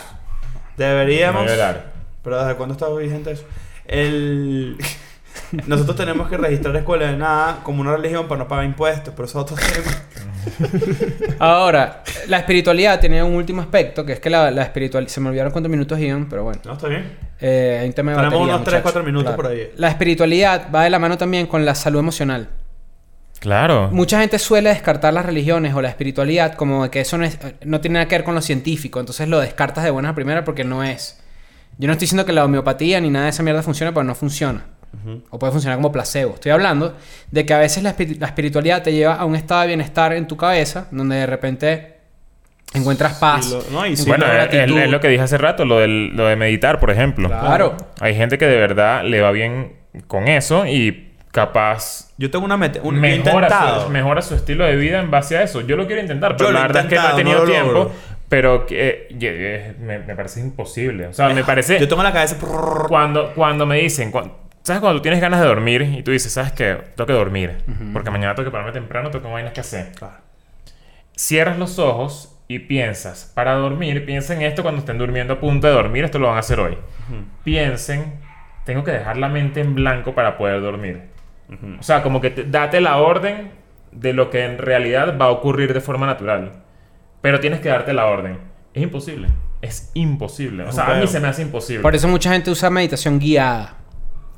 Speaker 3: Deberíamos.
Speaker 2: No violar.
Speaker 3: Pero ¿desde cuándo está vigente eso? El Nosotros tenemos que registrar escuela de nada como una religión para no pagar impuestos, pero eso es otro tema.
Speaker 4: Ahora, la espiritualidad tiene un último aspecto, que es que la, la espiritualidad... Se me olvidaron cuántos minutos iban, pero bueno.
Speaker 3: No, está bien.
Speaker 4: Eh, hay un tema de
Speaker 3: Tenemos
Speaker 4: batería,
Speaker 3: unos tres,
Speaker 4: muchachos.
Speaker 3: cuatro minutos por ahí.
Speaker 4: La espiritualidad va de la mano también con la salud emocional.
Speaker 2: Claro.
Speaker 4: Mucha gente suele descartar las religiones o la espiritualidad como que eso no, es- no tiene nada que ver con lo científico, entonces lo descartas de buenas a primeras porque no es. Yo no estoy diciendo que la homeopatía ni nada de esa mierda funciona, pero no funciona. O puede funcionar como placebo. Estoy hablando de que a veces la, espiri- la espiritualidad te lleva a un estado de bienestar en tu cabeza, donde de repente encuentras paz.
Speaker 3: Y lo- no, y sí,
Speaker 2: bueno,
Speaker 4: encuentras
Speaker 2: es, es-
Speaker 4: gratitud.
Speaker 2: es lo que dije hace rato, lo, del- lo de meditar, por ejemplo.
Speaker 4: Claro.
Speaker 2: Hay gente que de verdad le va bien con eso y capaz
Speaker 3: Yo tengo una meta, un, yo he
Speaker 2: mejora
Speaker 3: intentado.
Speaker 2: su, mejora su estilo de vida en base a eso. Yo lo quiero intentar, pero
Speaker 3: Yo lo
Speaker 2: la
Speaker 3: he
Speaker 2: verdad es que no he
Speaker 3: intentado,
Speaker 2: tenido
Speaker 3: no lo
Speaker 2: tiempo.
Speaker 3: logro.
Speaker 2: Pero que, y- y- me, me parece imposible. O sea, me parece...
Speaker 3: Ah, Yo tengo la cabeza. prrrr.
Speaker 2: Cuando, cuando me dicen, cuan- ¿sabes cuando tú tienes ganas de dormir y tú dices, ¿sabes qué? Tengo que dormir. Porque mañana tengo que pararme temprano, tengo vainas que hacer.
Speaker 3: Claro.
Speaker 2: Cierras los ojos y piensas, para dormir, piensen esto cuando estén durmiendo a punto de dormir, esto lo van a hacer hoy. Piensen, tengo que dejar la mente en blanco para poder dormir. O sea, como que te- date la orden de lo que en realidad va a ocurrir de forma natural. Pero tienes que darte la orden. Es imposible. Es imposible. O
Speaker 3: Es
Speaker 2: sea,
Speaker 3: un
Speaker 2: a mí
Speaker 3: pedo.
Speaker 2: se me hace imposible.
Speaker 4: Por eso mucha gente usa meditación guiada.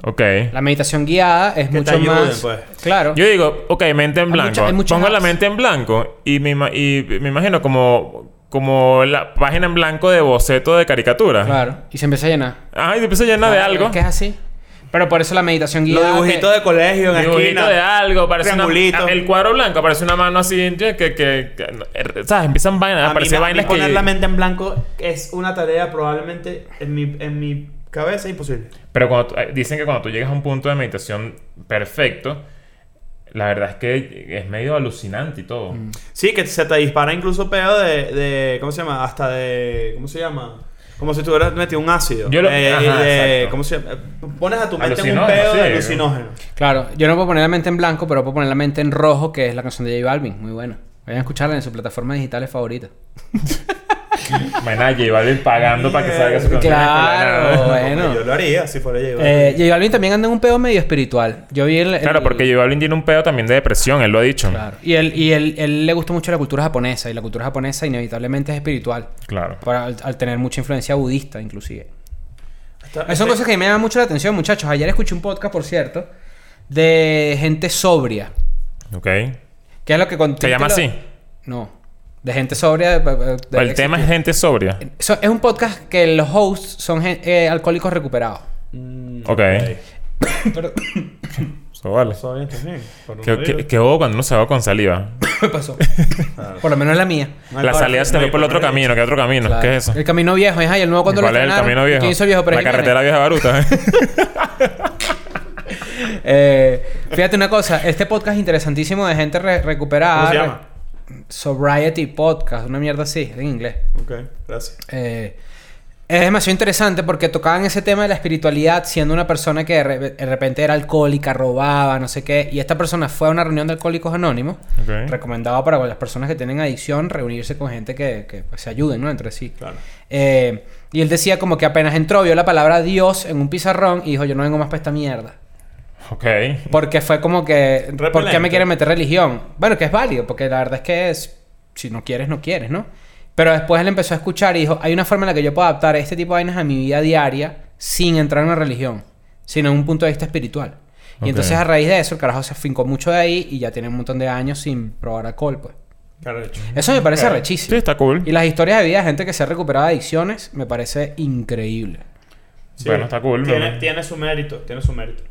Speaker 2: Ok.
Speaker 4: La meditación guiada es
Speaker 3: te
Speaker 4: mucho
Speaker 3: ayuden,
Speaker 4: más...
Speaker 3: pues.
Speaker 4: Claro.
Speaker 2: Yo digo, ok, mente en blanco.
Speaker 4: mucha- hay muchas
Speaker 2: Pongo la
Speaker 4: apps.
Speaker 2: mente en blanco y me, ima- y me imagino como, como la página en blanco de boceto de caricatura.
Speaker 4: Claro. Y se empieza a llenar.
Speaker 2: Ah, y te empieza llena de
Speaker 4: Claro,
Speaker 2: algo.
Speaker 4: es que es así. Pero por eso la meditación
Speaker 3: Los
Speaker 4: guiada.
Speaker 3: dibujitos
Speaker 4: que-
Speaker 3: de colegio en la
Speaker 2: Dibujito
Speaker 3: esquina.
Speaker 2: de algo, parece una,
Speaker 3: Triangulito.
Speaker 2: el cuadro blanco, parece una mano así que, que, que- que- ¿sabes? Empiezan vainas,
Speaker 3: A mí, me-
Speaker 2: aparecen
Speaker 3: a mí
Speaker 2: vainas
Speaker 3: poner
Speaker 2: que
Speaker 3: la mente en blanco es una tarea probablemente en mi, en mi cabeza imposible.
Speaker 2: Pero cuando tú- eh, dicen que cuando tú llegas a un punto de meditación perfecto, la verdad es que es medio alucinante y todo.
Speaker 4: Mm.
Speaker 3: Sí, que se te dispara incluso pedo de, de- ¿Cómo se llama? Hasta de. ¿Cómo se llama? Como si tuvieras metido un ácido.
Speaker 2: Yo lo-
Speaker 3: Eh,
Speaker 2: ajá,
Speaker 3: y de-
Speaker 2: exacto.
Speaker 3: ¿Cómo se llama? Pones a tu mente en un
Speaker 2: Alucinógeno,
Speaker 3: pedo de
Speaker 2: sí.
Speaker 3: alucinógeno.
Speaker 4: Claro, yo no puedo poner la mente en blanco, pero puedo poner la mente en rojo, que es la canción de J Balvin. Muy buena. Vayan a escucharla en su plataforma digitales favorita.
Speaker 2: Mañana llevarle pagando para que salga su canción.
Speaker 4: Claro, Ah,
Speaker 2: escolar.
Speaker 4: Bueno.
Speaker 3: Yo lo haría si fuera yo.
Speaker 4: Eh, J Balvin también anda en un pedo medio espiritual. Yo vi el. el-
Speaker 2: Claro, porque J Balvin tiene un pedo también de depresión, él lo ha dicho. Claro.
Speaker 4: Claro. Y, él, y él, él le gusta mucho la cultura japonesa, y la cultura japonesa inevitablemente es espiritual. para- al, al tener mucha influencia budista, inclusive.
Speaker 3: Está-
Speaker 4: Esas son
Speaker 3: este-
Speaker 4: cosas que me llaman mucho la atención, muchachos. Ayer escuché un podcast, por cierto, de gente sobria.
Speaker 2: Ok.
Speaker 4: ¿Qué es lo que contigo?
Speaker 2: ¿Se llama así?
Speaker 4: No. De gente sobria. de- de- de-
Speaker 2: el tema es gente sobria.
Speaker 4: So- es un podcast que los hosts son gen- eh, alcohólicos recuperados.
Speaker 3: Mm,
Speaker 2: Ok.
Speaker 4: Pero-
Speaker 2: Eso vale.
Speaker 3: Está bien, está bien. Por un
Speaker 2: ¿Qué,
Speaker 3: oído.
Speaker 2: qué, qué bobo cuando uno se va con saliva?
Speaker 4: ¿Qué pasó? Por lo menos la mía.
Speaker 3: Ah. No hay
Speaker 2: la
Speaker 3: por-
Speaker 2: salida se te
Speaker 3: no hay
Speaker 2: fue por el otro
Speaker 3: derecho.
Speaker 2: camino. ¿Qué otro camino?
Speaker 4: Claro.
Speaker 2: ¿Qué es eso?
Speaker 4: El camino viejo, es ahí el nuevo cuando
Speaker 2: ¿Cuál
Speaker 4: lo
Speaker 2: es el
Speaker 4: estrenaron.
Speaker 2: camino viejo?
Speaker 4: ¿Quién hizo el viejo? Pero
Speaker 2: la
Speaker 4: es el
Speaker 2: carretera vieja Baruta.
Speaker 4: viene. Eh, fíjate una cosa, este podcast interesantísimo de gente re- recuperada.
Speaker 3: ¿Cómo se llama?
Speaker 4: Sobriety Podcast, una mierda así, en inglés.
Speaker 3: Ok, gracias.
Speaker 4: Eh, es demasiado interesante porque tocaban ese tema de la espiritualidad siendo una persona que de, re- de repente era alcohólica, robaba, no sé qué. Y esta persona fue a una reunión de alcohólicos anónimos.
Speaker 2: Ok.
Speaker 4: Recomendado para las personas que tienen adicción reunirse con gente que, que, pues, se ayuden, ¿no? Entre sí.
Speaker 3: Claro.
Speaker 4: Eh, y él decía como que apenas entró, vio la palabra Dios en un pizarrón y dijo, yo no vengo más para esta mierda.
Speaker 2: ok.
Speaker 4: Porque fue como que, ¿por qué me
Speaker 3: Repelente.
Speaker 4: quieren meter religión? Bueno, que es válido, porque la verdad es que es, si no quieres, no quieres, ¿no? Pero después él empezó a escuchar y dijo, hay una forma en la que yo puedo adaptar este tipo de vainas a mi vida diaria sin entrar en una religión, sino en un punto de vista espiritual.
Speaker 2: Ok.
Speaker 4: Y entonces a raíz de eso, el carajo se afincó mucho de ahí y ya tiene un montón de años sin probar alcohol, pues.
Speaker 3: Carrecho.
Speaker 4: Eso me parece
Speaker 2: Ok.
Speaker 4: rechísimo.
Speaker 2: Sí, está cool.
Speaker 4: Y las historias de vida de gente que se ha recuperado de adicciones me parece increíble.
Speaker 3: Sí.
Speaker 2: Bueno, está cool.
Speaker 3: Tiene,
Speaker 2: ¿verdad?
Speaker 3: tiene su mérito, tiene su mérito.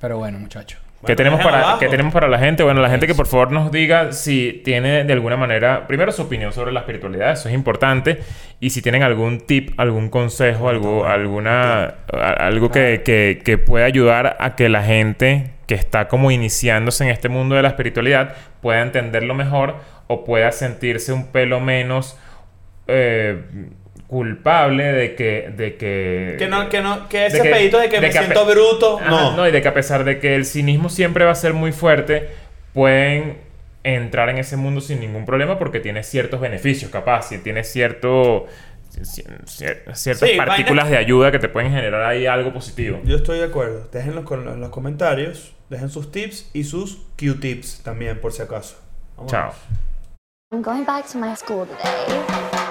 Speaker 4: Pero bueno, muchachos.
Speaker 2: ¿Qué
Speaker 3: Bueno,
Speaker 2: tenemos,
Speaker 3: dejen
Speaker 2: para,
Speaker 3: abajo.
Speaker 2: ¿Qué tenemos para la gente? Bueno, la gente que por favor nos diga si tiene de alguna manera, primero su opinión sobre la espiritualidad, eso es importante, y si tienen algún tip, algún consejo, algo, alguna, a- algo que,
Speaker 3: Ah.
Speaker 2: que, que pueda ayudar a que la gente que está como iniciándose en este mundo de la espiritualidad pueda entenderlo mejor o pueda sentirse un pelo menos eh, culpable de que... De que,
Speaker 3: Que no, que no, que
Speaker 2: Eh, de
Speaker 3: ese
Speaker 2: que-
Speaker 3: pedito de que me
Speaker 2: a pe-
Speaker 3: siento bruto.
Speaker 2: Ajá,
Speaker 3: no.
Speaker 2: y de que a pesar de que el cinismo siempre va a ser muy fuerte, pueden entrar en ese mundo sin ningún problema porque tiene ciertos beneficios, capaz, y tiene cierto cier- cier- ciertas
Speaker 3: Sí,
Speaker 2: partículas
Speaker 3: vainas-
Speaker 2: de ayuda que te pueden generar ahí algo positivo.
Speaker 3: Yo estoy de acuerdo. Déjenlos con- en los comentarios. Dejen sus tips y sus Q-tips también, por si acaso. Vamos.
Speaker 2: Chao.
Speaker 1: I'm going back to my school today.